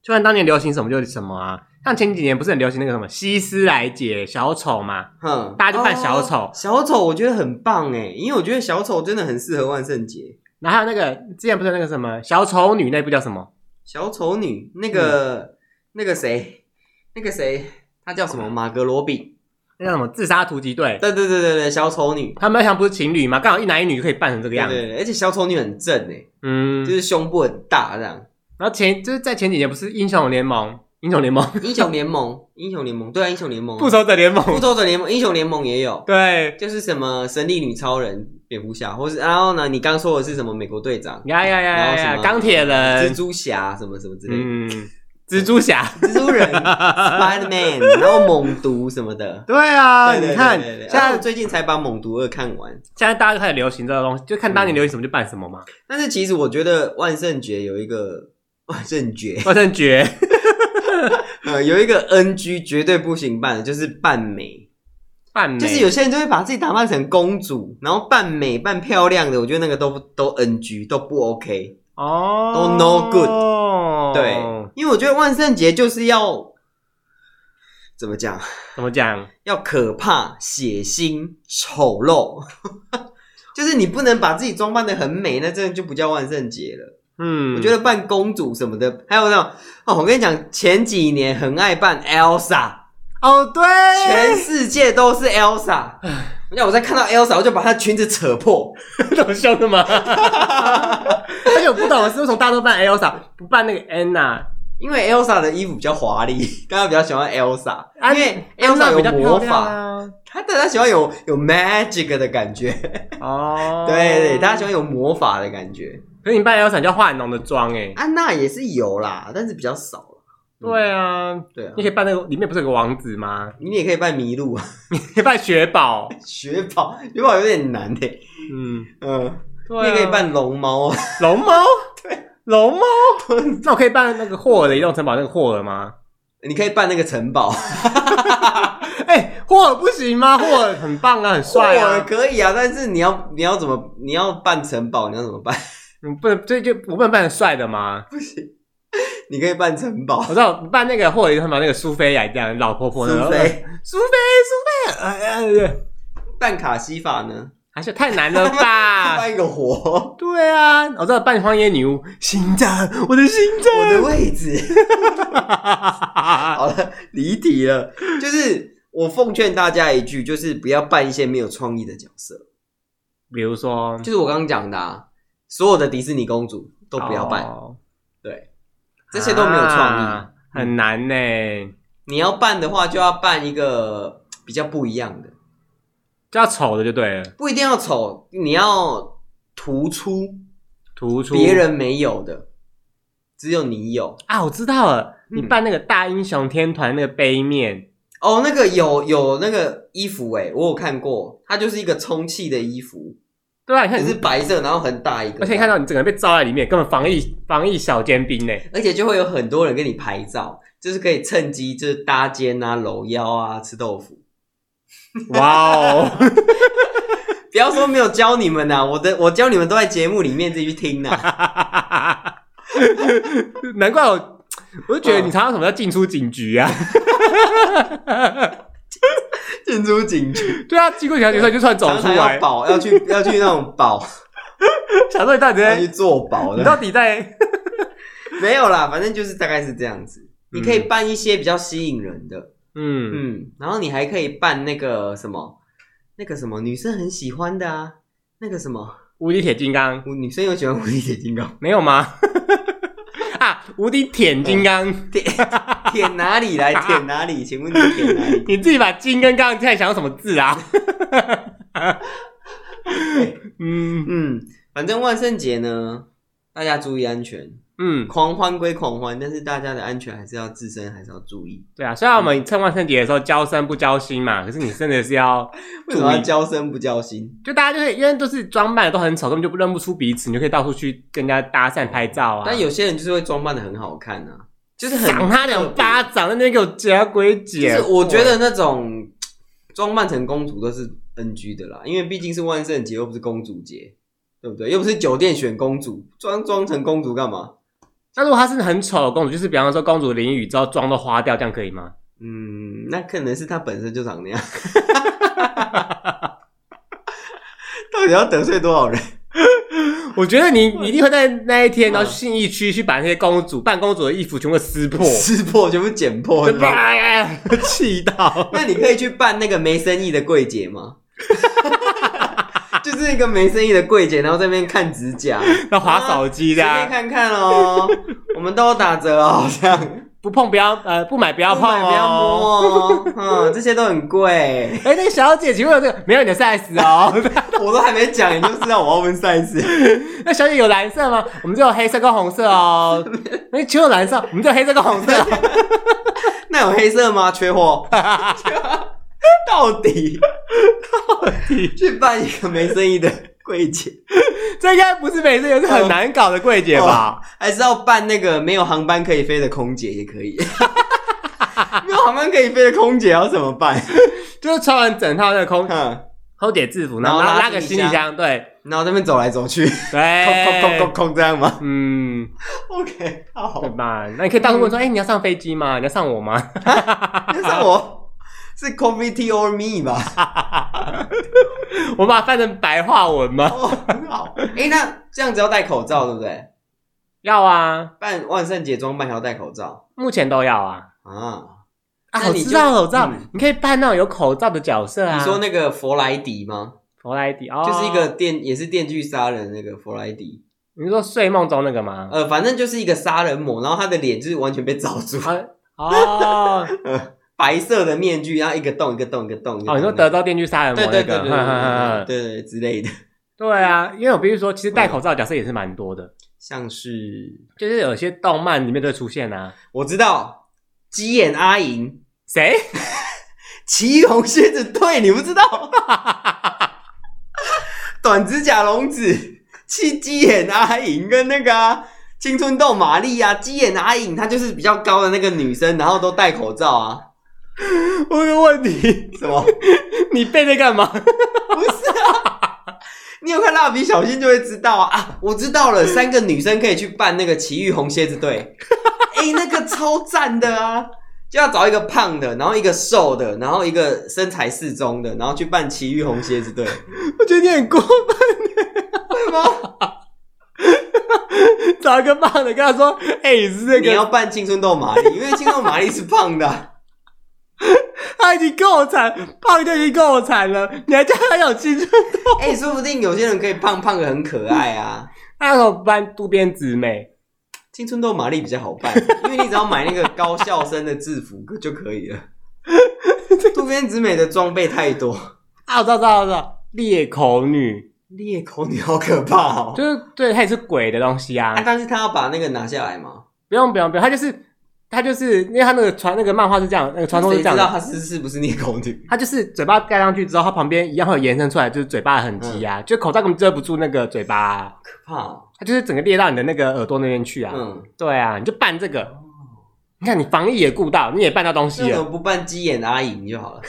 [SPEAKER 2] 就算当年流行什么就是什么啊，像前几年不是很流行那个什么希斯莱姐小丑嘛，
[SPEAKER 1] 哼，
[SPEAKER 2] 大家就扮小丑
[SPEAKER 1] 哦小丑我觉得很棒哎，因为我觉得小丑真的很适合万圣节。
[SPEAKER 2] 然后还有那个之前不是那个什么小丑女那部叫什么？
[SPEAKER 1] 小丑女那个、
[SPEAKER 2] 嗯
[SPEAKER 1] 那个谁，那个谁，他叫什么？马格罗比。
[SPEAKER 2] 那叫什么自杀突击队？
[SPEAKER 1] 对对对对对，小丑女。
[SPEAKER 2] 他们好像不是情侣嘛，刚好一男一女就可以扮成这个
[SPEAKER 1] 对
[SPEAKER 2] 样
[SPEAKER 1] 对
[SPEAKER 2] 子。
[SPEAKER 1] 对，而且小丑女很正哎，
[SPEAKER 2] 嗯
[SPEAKER 1] 就，是胸部很大这样。
[SPEAKER 2] 然后前就是在前几年不是英雄联盟， 英雄联盟，
[SPEAKER 1] 英雄联盟，英雄联盟，对啊，英雄联盟啊、
[SPEAKER 2] 复仇者联盟，
[SPEAKER 1] 复仇者联盟，英雄联盟也有，
[SPEAKER 2] 对，
[SPEAKER 1] 就是什么神力女超人、蝙蝠侠，或是然后呢，你刚说的是什么美国队长、
[SPEAKER 2] 呀呀呀
[SPEAKER 1] 然
[SPEAKER 2] 呀
[SPEAKER 1] 后什
[SPEAKER 2] 呀，
[SPEAKER 1] 么
[SPEAKER 2] 钢铁
[SPEAKER 1] 蜘
[SPEAKER 2] 人，
[SPEAKER 1] 蛛侠什么什么之类的，
[SPEAKER 2] 嗯，蜘蛛侠，
[SPEAKER 1] 蜘蛛 人、Spider Man，然后猛毒什么的。
[SPEAKER 2] 对 啊，
[SPEAKER 1] 对对
[SPEAKER 2] 你看
[SPEAKER 1] 对对对
[SPEAKER 2] 现
[SPEAKER 1] 然后
[SPEAKER 2] 在
[SPEAKER 1] 我最近才把《猛毒二》看完，
[SPEAKER 2] 现在大家就开始流行这个东西，就看当年
[SPEAKER 1] 嗯
[SPEAKER 2] 流行什么就办什么嘛。
[SPEAKER 1] 但是其实我觉得万圣节有一个万圣节，
[SPEAKER 2] 万圣节，
[SPEAKER 1] 呃，有一个 NG 绝对不行办的，就是扮美，
[SPEAKER 2] 扮 美
[SPEAKER 1] 就是有些人就会把自己打扮成公主，然后扮美扮漂亮的，我觉得那个都都 NG 都不 OK。
[SPEAKER 2] 哦，
[SPEAKER 1] 都 no good 对
[SPEAKER 2] 对，
[SPEAKER 1] 因为我觉得万圣节就是要怎么讲，
[SPEAKER 2] 怎么讲？
[SPEAKER 1] 要可怕、血腥、丑陋， 就是你不能把自己装扮的很美，那真的就不叫万圣节了。
[SPEAKER 2] 嗯，
[SPEAKER 1] 我觉得扮公主什么的，还有那种哦，我跟你讲，前几年很爱扮 Elsa，
[SPEAKER 2] 哦，对，
[SPEAKER 1] 全世界都是 Elsa。我
[SPEAKER 2] 哎
[SPEAKER 1] 讲我在看到 Elsa，我就把她裙子扯破。
[SPEAKER 2] 这么 凶的吗？而且我不懂的是，为什么大家都扮 Elsa 不扮那个 Anna？
[SPEAKER 1] 因为 Elsa 的衣服比较华丽，大家比较喜欢 Elsa，、
[SPEAKER 2] 啊
[SPEAKER 1] 因为
[SPEAKER 2] Anna 比较
[SPEAKER 1] Elsa 有
[SPEAKER 2] 漂
[SPEAKER 1] 魔
[SPEAKER 2] 亮
[SPEAKER 1] 法，
[SPEAKER 2] 啊。
[SPEAKER 1] 他大家喜欢有有 magic 的感觉，
[SPEAKER 2] 哦，
[SPEAKER 1] 对对，大家喜欢有魔法的感觉。
[SPEAKER 2] 可是你扮 Elsa 就要化很浓的妆哎。
[SPEAKER 1] 安娜也是有啦，但是比较少了。
[SPEAKER 2] 对啊，
[SPEAKER 1] 对啊
[SPEAKER 2] 你，可以扮那个，里面不是有个王子吗？
[SPEAKER 1] 你也可以扮麋鹿、
[SPEAKER 2] 可以扮雪宝。
[SPEAKER 1] 雪宝，雪宝有点难诶、
[SPEAKER 2] 嗯，
[SPEAKER 1] 嗯，
[SPEAKER 2] 对啊
[SPEAKER 1] 你也可以扮龙猫 啊，
[SPEAKER 2] 龙猫。对，龙猫。那我可以扮那个霍尔的移动城堡那个霍尔吗？
[SPEAKER 1] 你可以扮那个城堡，
[SPEAKER 2] 哎，霍尔不行吗？霍尔很棒啊，很帅
[SPEAKER 1] 霍尔
[SPEAKER 2] 啊。
[SPEAKER 1] 可以啊，但是你要你要怎么你要扮城堡，你要怎么办？
[SPEAKER 2] 你不能，这就我不能扮很帅的吗？
[SPEAKER 1] 你可以扮城堡
[SPEAKER 2] 我，知道扮那个霍尔移动城堡那个苏菲亚这样老婆婆的
[SPEAKER 1] 苏，菲，
[SPEAKER 2] 苏菲，苏菲，哎哎哎，
[SPEAKER 1] 扮卡西法呢？
[SPEAKER 2] 还是太难了吧？
[SPEAKER 1] 扮一个火，
[SPEAKER 2] 对啊，我知道扮荒野女巫，心脏，我的心
[SPEAKER 1] 我
[SPEAKER 2] 脏，
[SPEAKER 1] 的位置。好了， 离题了。就是我奉劝大家一句，就是不要扮一些没有创意的角色。
[SPEAKER 2] 比如说
[SPEAKER 1] 就是我刚刚讲的、啊，所有的迪士尼公主都不要扮，
[SPEAKER 2] 哦
[SPEAKER 1] 对，这些都没有创意。
[SPEAKER 2] 啊很难呢。
[SPEAKER 1] 你要扮的话，就要扮一个比较不一样的，
[SPEAKER 2] 就要丑的就对了，
[SPEAKER 1] 不一定要丑，你要突出
[SPEAKER 2] 突出
[SPEAKER 1] 别人没有的，只有你有。
[SPEAKER 2] 啊，我知道了，
[SPEAKER 1] 嗯
[SPEAKER 2] 你扮那个大英雄天团那个杯面，
[SPEAKER 1] 哦，那个有有那个衣服诶、我有看过，它就是一个充气的衣服，
[SPEAKER 2] 对啊，你看
[SPEAKER 1] 只
[SPEAKER 2] 你
[SPEAKER 1] 是
[SPEAKER 2] 是，
[SPEAKER 1] 白色，然后很大一个。
[SPEAKER 2] 而且你看到你整个被罩在里面，根本防疫防疫小尖兵呢。
[SPEAKER 1] 而且就会有很多人跟你拍照，就是可以趁机就是搭肩啊、搂腰啊、吃豆腐。
[SPEAKER 2] 哇哦，
[SPEAKER 1] 不要说没有教你们呐、啊我的我教你们都在节目里面自己去听啊呐、
[SPEAKER 2] 难怪我，我就觉
[SPEAKER 1] 嗯
[SPEAKER 2] 得你常常什么叫进出警局啊？
[SPEAKER 1] 进出警局，
[SPEAKER 2] 对啊，经过警察局的时候你就突然走
[SPEAKER 1] 常
[SPEAKER 2] 出
[SPEAKER 1] 常要
[SPEAKER 2] 来，
[SPEAKER 1] 保，要去要去那种 保，
[SPEAKER 2] 想说你到底
[SPEAKER 1] 要
[SPEAKER 2] 在
[SPEAKER 1] 去，做保
[SPEAKER 2] 你到
[SPEAKER 1] 的。
[SPEAKER 2] 底在，
[SPEAKER 1] 没有啦，反正就是大概是这样子。你可以办一些比较吸引人的，
[SPEAKER 2] 嗯，
[SPEAKER 1] 嗯，然后你还可以办那个什么，那个什么女生很喜欢的啊，那个什么，
[SPEAKER 2] 无敌铁金刚
[SPEAKER 1] 我女生有喜欢无敌铁金刚，
[SPEAKER 2] 没有吗？ 啊，无敌铁金刚，
[SPEAKER 1] 舔 舔哪里来舔哪里？请问你舔哪里？
[SPEAKER 2] 你自己把金跟刚在想要什么字啊？ 嗯
[SPEAKER 1] 嗯，反正万圣节呢，大家注意安全。
[SPEAKER 2] 嗯，
[SPEAKER 1] 狂欢归狂欢，但是大家的安全还是要自身还是要注意。
[SPEAKER 2] 对啊，虽然我们趁万圣节的时候交身不交心嘛，可是你真的是要
[SPEAKER 1] 为什么
[SPEAKER 2] 注
[SPEAKER 1] 要
[SPEAKER 2] 意
[SPEAKER 1] 交身不交心？
[SPEAKER 2] 就大家就是因为都是装扮的都很丑，根本就不认不出彼此，你就可以到处去跟人家搭讪拍照啊。
[SPEAKER 1] 但有些人就是会装扮的很好看啊，就是很
[SPEAKER 2] 赏他两巴掌，在那边给我夹鬼
[SPEAKER 1] 就
[SPEAKER 2] 姐。
[SPEAKER 1] 是我觉得那种装扮成公主都是 NG 的啦，因为毕竟是万圣节，又不是公主节，对不对？又不是酒店选公主，装装成公主干嘛？
[SPEAKER 2] 那如果她是很丑的公主，就是比方说公主淋雨之后妆都花掉，这样可以吗？
[SPEAKER 1] 嗯，那可能是他本身就长那样。 到底要得罪多少人？
[SPEAKER 2] 我觉得你你一定会在那一
[SPEAKER 1] 嗯
[SPEAKER 2] 天，然后去信义区去把那些公主、扮公主的衣服全部 撕破，
[SPEAKER 1] 撕破全部剪破，
[SPEAKER 2] 对
[SPEAKER 1] 是吧？
[SPEAKER 2] 吧？气到
[SPEAKER 1] 那你可以去办那个没生意的柜姐吗？ 就是一个没生意的柜姐，然后在那边看指甲，
[SPEAKER 2] 要划手机
[SPEAKER 1] 随
[SPEAKER 2] 的
[SPEAKER 1] 便
[SPEAKER 2] 啊，
[SPEAKER 1] 看看哦。我们都有打折哦，这样
[SPEAKER 2] 不碰不要呃不买不要
[SPEAKER 1] 不
[SPEAKER 2] 碰
[SPEAKER 1] 买不要
[SPEAKER 2] 哦。
[SPEAKER 1] 摸哦。嗯，这些都很贵，
[SPEAKER 2] 哎，那个小姐，请问有这个没有你的 size 哦？
[SPEAKER 1] 我都还没讲，你就知道我要问赛事。
[SPEAKER 2] 那小姐有蓝色吗？我们只有黑色跟红色哦。那请问有蓝色，我们只有黑色跟 红色哦。
[SPEAKER 1] 那有黑色吗？缺 货，到底 去办一个没生意的柜姐，
[SPEAKER 2] 这应该不是每次，也是很难搞的柜姐吧？
[SPEAKER 1] 还是要办那个没有航班可以飞的空姐也可以。 没有航班可以飞的空姐要怎么办？
[SPEAKER 2] 就是穿完整套那个空
[SPEAKER 1] 哼
[SPEAKER 2] 空姐制服，
[SPEAKER 1] 嗯然
[SPEAKER 2] 然
[SPEAKER 1] 后
[SPEAKER 2] 后
[SPEAKER 1] 拉
[SPEAKER 2] 拉个
[SPEAKER 1] 行
[SPEAKER 2] 行
[SPEAKER 1] 李
[SPEAKER 2] 李
[SPEAKER 1] 箱
[SPEAKER 2] 箱，对
[SPEAKER 1] 然后在那边走来走去，空空空
[SPEAKER 2] 对
[SPEAKER 1] 空，空这样吗
[SPEAKER 2] 嗯，
[SPEAKER 1] ？OK，好 嗯
[SPEAKER 2] 对，吧？那你可以到处问说，哎，你要上飞机吗？你要上我吗？
[SPEAKER 1] 那像我是 Coffee Tea or Me 吧？
[SPEAKER 2] 我把它翻成白话文吗？
[SPEAKER 1] 哦，很好。哎，那这样子要戴口罩对不对？
[SPEAKER 2] 要啊，
[SPEAKER 1] 办万圣节装扮还要戴口罩
[SPEAKER 2] 目前都要啊。
[SPEAKER 1] 啊？
[SPEAKER 2] 啊，
[SPEAKER 1] 那
[SPEAKER 2] 我
[SPEAKER 1] 你
[SPEAKER 2] 知道
[SPEAKER 1] 就
[SPEAKER 2] 口罩
[SPEAKER 1] 嗯，
[SPEAKER 2] 你可以扮那种有口罩的角色啊。
[SPEAKER 1] 你说那个佛莱迪吗？
[SPEAKER 2] 弗莱迪哦，
[SPEAKER 1] 就是一个电，也是电锯杀人那个弗莱迪，
[SPEAKER 2] 你说睡梦中那个吗？
[SPEAKER 1] 呃，反正就是一个杀人魔，然后他的脸就是完全被罩住，
[SPEAKER 2] 啊哦
[SPEAKER 1] 白色的面具，然后一个洞一个洞一个洞。一个洞
[SPEAKER 2] 哦，你说德州电锯杀人魔
[SPEAKER 1] 对
[SPEAKER 2] 那个？
[SPEAKER 1] 对对对对对对对对对之类的，
[SPEAKER 2] 对啊，因为我必须说，其实戴口罩的角色也是蛮多的，
[SPEAKER 1] 像是
[SPEAKER 2] 就是有些动漫里面都会出 现啊。
[SPEAKER 1] 我知道鸡眼阿银，
[SPEAKER 2] 谁？
[SPEAKER 1] 祁红蝎子对，你不知道，短指甲龙子，七鸡眼阿银跟那个啊、青春痘玛丽啊，鸡眼阿影，她就是比较高的那个女生，然后都戴口罩啊，
[SPEAKER 2] 我有个问题，
[SPEAKER 1] 什么？
[SPEAKER 2] 你背在干嘛？
[SPEAKER 1] 不是啊，你有看蜡笔小新就会知道啊啊！我知道了，三个女生可以去办那个奇遇红蝎子队， 哎、那个超赞的啊！就要找一个胖的，然后一个瘦的，然后一个身材适中的，然后去办奇遇红蝎子队，
[SPEAKER 2] 我觉得你很过分，
[SPEAKER 1] 欸 会吗？
[SPEAKER 2] 找一个胖的跟他说：“哎、你是这
[SPEAKER 1] 你要
[SPEAKER 2] 个。
[SPEAKER 1] 办青春痘玛丽，因为青春痘玛丽是胖的 啊，”
[SPEAKER 2] 他已经够惨，胖就已经够惨了，你还叫他有青春 痘？
[SPEAKER 1] 哎、说不定有些人可以胖胖的很可爱啊。
[SPEAKER 2] 那时候扮渡边直美，
[SPEAKER 1] 青春痘玛丽比较好办，因为你只要买那个高校生的制服就可以了。渡边直美的装备太多。
[SPEAKER 2] 啊，我知道，知道，知道，裂口女，
[SPEAKER 1] 裂口你好可怕哦！
[SPEAKER 2] 就是对，她也是鬼的东西
[SPEAKER 1] 啊，
[SPEAKER 2] 啊。
[SPEAKER 1] 但是他要把那个拿下来嘛，
[SPEAKER 2] 不用，不用，不用，她就是，她就是，因为她那个传那个漫画是这样，那个传说
[SPEAKER 1] 谁
[SPEAKER 2] 是
[SPEAKER 1] 知
[SPEAKER 2] 这样的
[SPEAKER 1] 道，他是是不是裂口女？
[SPEAKER 2] 它就是嘴巴盖上去之后，它旁边一样会有延伸出来，就是嘴巴的痕迹
[SPEAKER 1] 嗯
[SPEAKER 2] 啊，就口罩根本遮不住那个嘴巴、啊，
[SPEAKER 1] 可怕哦！
[SPEAKER 2] 它就是整个裂到你的那个耳朵那边去啊。
[SPEAKER 1] 嗯，
[SPEAKER 2] 对啊，你就办这个，你看你防疫也顾到，你也办到东
[SPEAKER 1] 那
[SPEAKER 2] 西
[SPEAKER 1] 为什
[SPEAKER 2] 了，
[SPEAKER 1] 么不办鸡眼阿影就好 了？。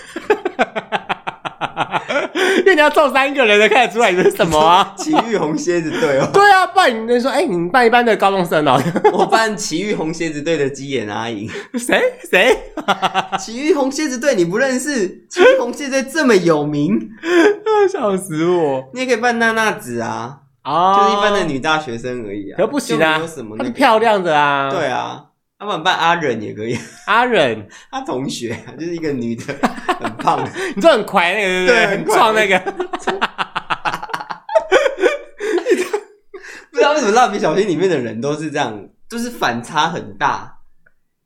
[SPEAKER 2] 因为你要凑三个人才看得出来你是什么啊
[SPEAKER 1] 奇遇红蝎子队哦，
[SPEAKER 2] 对啊，不然你能说，哎、你办一般的高中生哦，
[SPEAKER 1] 我办奇遇红蝎子队的鸡眼阿影。
[SPEAKER 2] 谁谁？
[SPEAKER 1] 奇遇红蝎子队你不认识？奇遇红蝎子队这么有名，
[SPEAKER 2] 笑死我！
[SPEAKER 1] 你也可以办娜娜子啊，
[SPEAKER 2] 啊、
[SPEAKER 1] 就是一般的，女大学生而已啊。
[SPEAKER 2] 可不行啊
[SPEAKER 1] 就没有什么那
[SPEAKER 2] 她是
[SPEAKER 1] 个？
[SPEAKER 2] 漂亮的啊。
[SPEAKER 1] 对，啊，要不然办阿忍也可以，
[SPEAKER 2] 阿忍，
[SPEAKER 1] 他同学啊就是一个女的，很胖的。
[SPEAKER 2] 你知道很快那个对不
[SPEAKER 1] 对
[SPEAKER 2] 对？
[SPEAKER 1] 很
[SPEAKER 2] 很
[SPEAKER 1] 快
[SPEAKER 2] 壮那个。
[SPEAKER 1] 不知道为什么蜡笔小新里面的人都是这样，就是反差很大，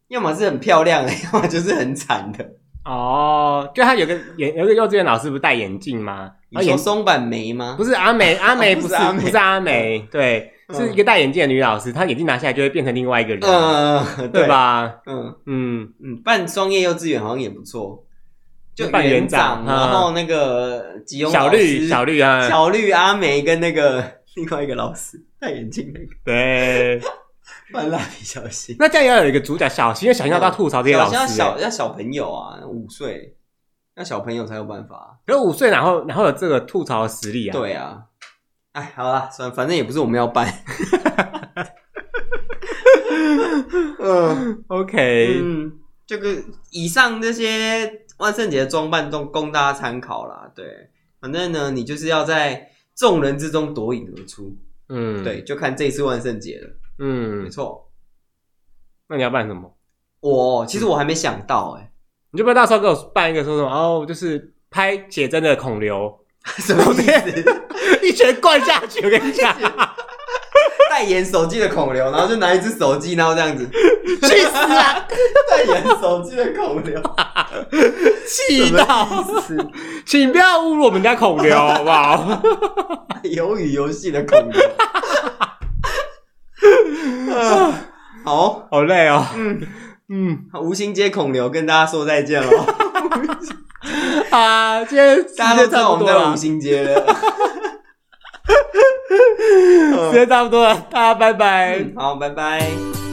[SPEAKER 1] 要么是很漂亮的， 要么就是很惨的。
[SPEAKER 2] 哦，就他有个眼有个幼稚园老师不是戴眼镜吗？然
[SPEAKER 1] 你
[SPEAKER 2] 后
[SPEAKER 1] 说
[SPEAKER 2] 眼
[SPEAKER 1] 松板梅吗
[SPEAKER 2] 不？是阿美，阿美不是、
[SPEAKER 1] 不是阿美
[SPEAKER 2] 不是阿美，对，
[SPEAKER 1] 嗯
[SPEAKER 2] 是一个戴眼镜的女老师，她眼镜拿下来就会变成另外一个人，
[SPEAKER 1] 呃，
[SPEAKER 2] 嗯对？吧？
[SPEAKER 1] 嗯
[SPEAKER 2] 嗯，
[SPEAKER 1] 嗯，办双叶幼稚园好像也不错，就
[SPEAKER 2] 办园
[SPEAKER 1] 长，
[SPEAKER 2] 长啊
[SPEAKER 1] 然后那个吉翁
[SPEAKER 2] 小
[SPEAKER 1] 老
[SPEAKER 2] 绿
[SPEAKER 1] 师
[SPEAKER 2] 小绿啊，
[SPEAKER 1] 小绿阿梅跟那个 另外一个老师戴眼镜那个
[SPEAKER 2] 对。
[SPEAKER 1] 办蜡笔小新。
[SPEAKER 2] 那这样也要有一个主角小新，因为小新要到吐槽这些老
[SPEAKER 1] 小
[SPEAKER 2] 师、
[SPEAKER 1] 新要
[SPEAKER 2] 欸
[SPEAKER 1] 小要小朋友啊，五岁，要小朋友才有办法啊、
[SPEAKER 2] 可是五岁然后然后有这个吐槽的实力啊？
[SPEAKER 1] 对啊， 哎，好啦，算了，反正也不是我们要办。
[SPEAKER 2] OK，、
[SPEAKER 1] 嗯，这个以上这些万圣节的装扮都供大家参考啦。对，反正呢，你就是要在众人之中夺颖而出。
[SPEAKER 2] 嗯，
[SPEAKER 1] 对，，就看这一次万圣节了。没
[SPEAKER 2] 嗯，
[SPEAKER 1] 错，
[SPEAKER 2] 那你要办什么？
[SPEAKER 1] 我其实我还没想到 哎、
[SPEAKER 2] 你就不要到时候给我办一个说什么哦，就是拍写真的孔刘，
[SPEAKER 1] 什么意思？
[SPEAKER 2] 一拳灌下去，我跟你讲，
[SPEAKER 1] 代言手机的孔刘，然后就拿一只手机，然后这样子
[SPEAKER 2] 去死啊！
[SPEAKER 1] 代言手机的孔刘，
[SPEAKER 2] 气
[SPEAKER 1] 什
[SPEAKER 2] 到，
[SPEAKER 1] 么意思？
[SPEAKER 2] 请不要侮辱我们家孔刘，好不好？
[SPEAKER 1] 鱿鱼游戏的孔刘。啊 好，
[SPEAKER 2] 好累哦，
[SPEAKER 1] 嗯，
[SPEAKER 2] 嗯
[SPEAKER 1] 无心接孔刘跟大家说再见喽。
[SPEAKER 2] 啊，今天时
[SPEAKER 1] 大家都
[SPEAKER 2] 间
[SPEAKER 1] 知
[SPEAKER 2] 差
[SPEAKER 1] 道我
[SPEAKER 2] 不
[SPEAKER 1] 们
[SPEAKER 2] 多
[SPEAKER 1] 在
[SPEAKER 2] 了
[SPEAKER 1] 五，星街 了。
[SPEAKER 2] 时间差不多了，大家拜拜。
[SPEAKER 1] 好，拜拜。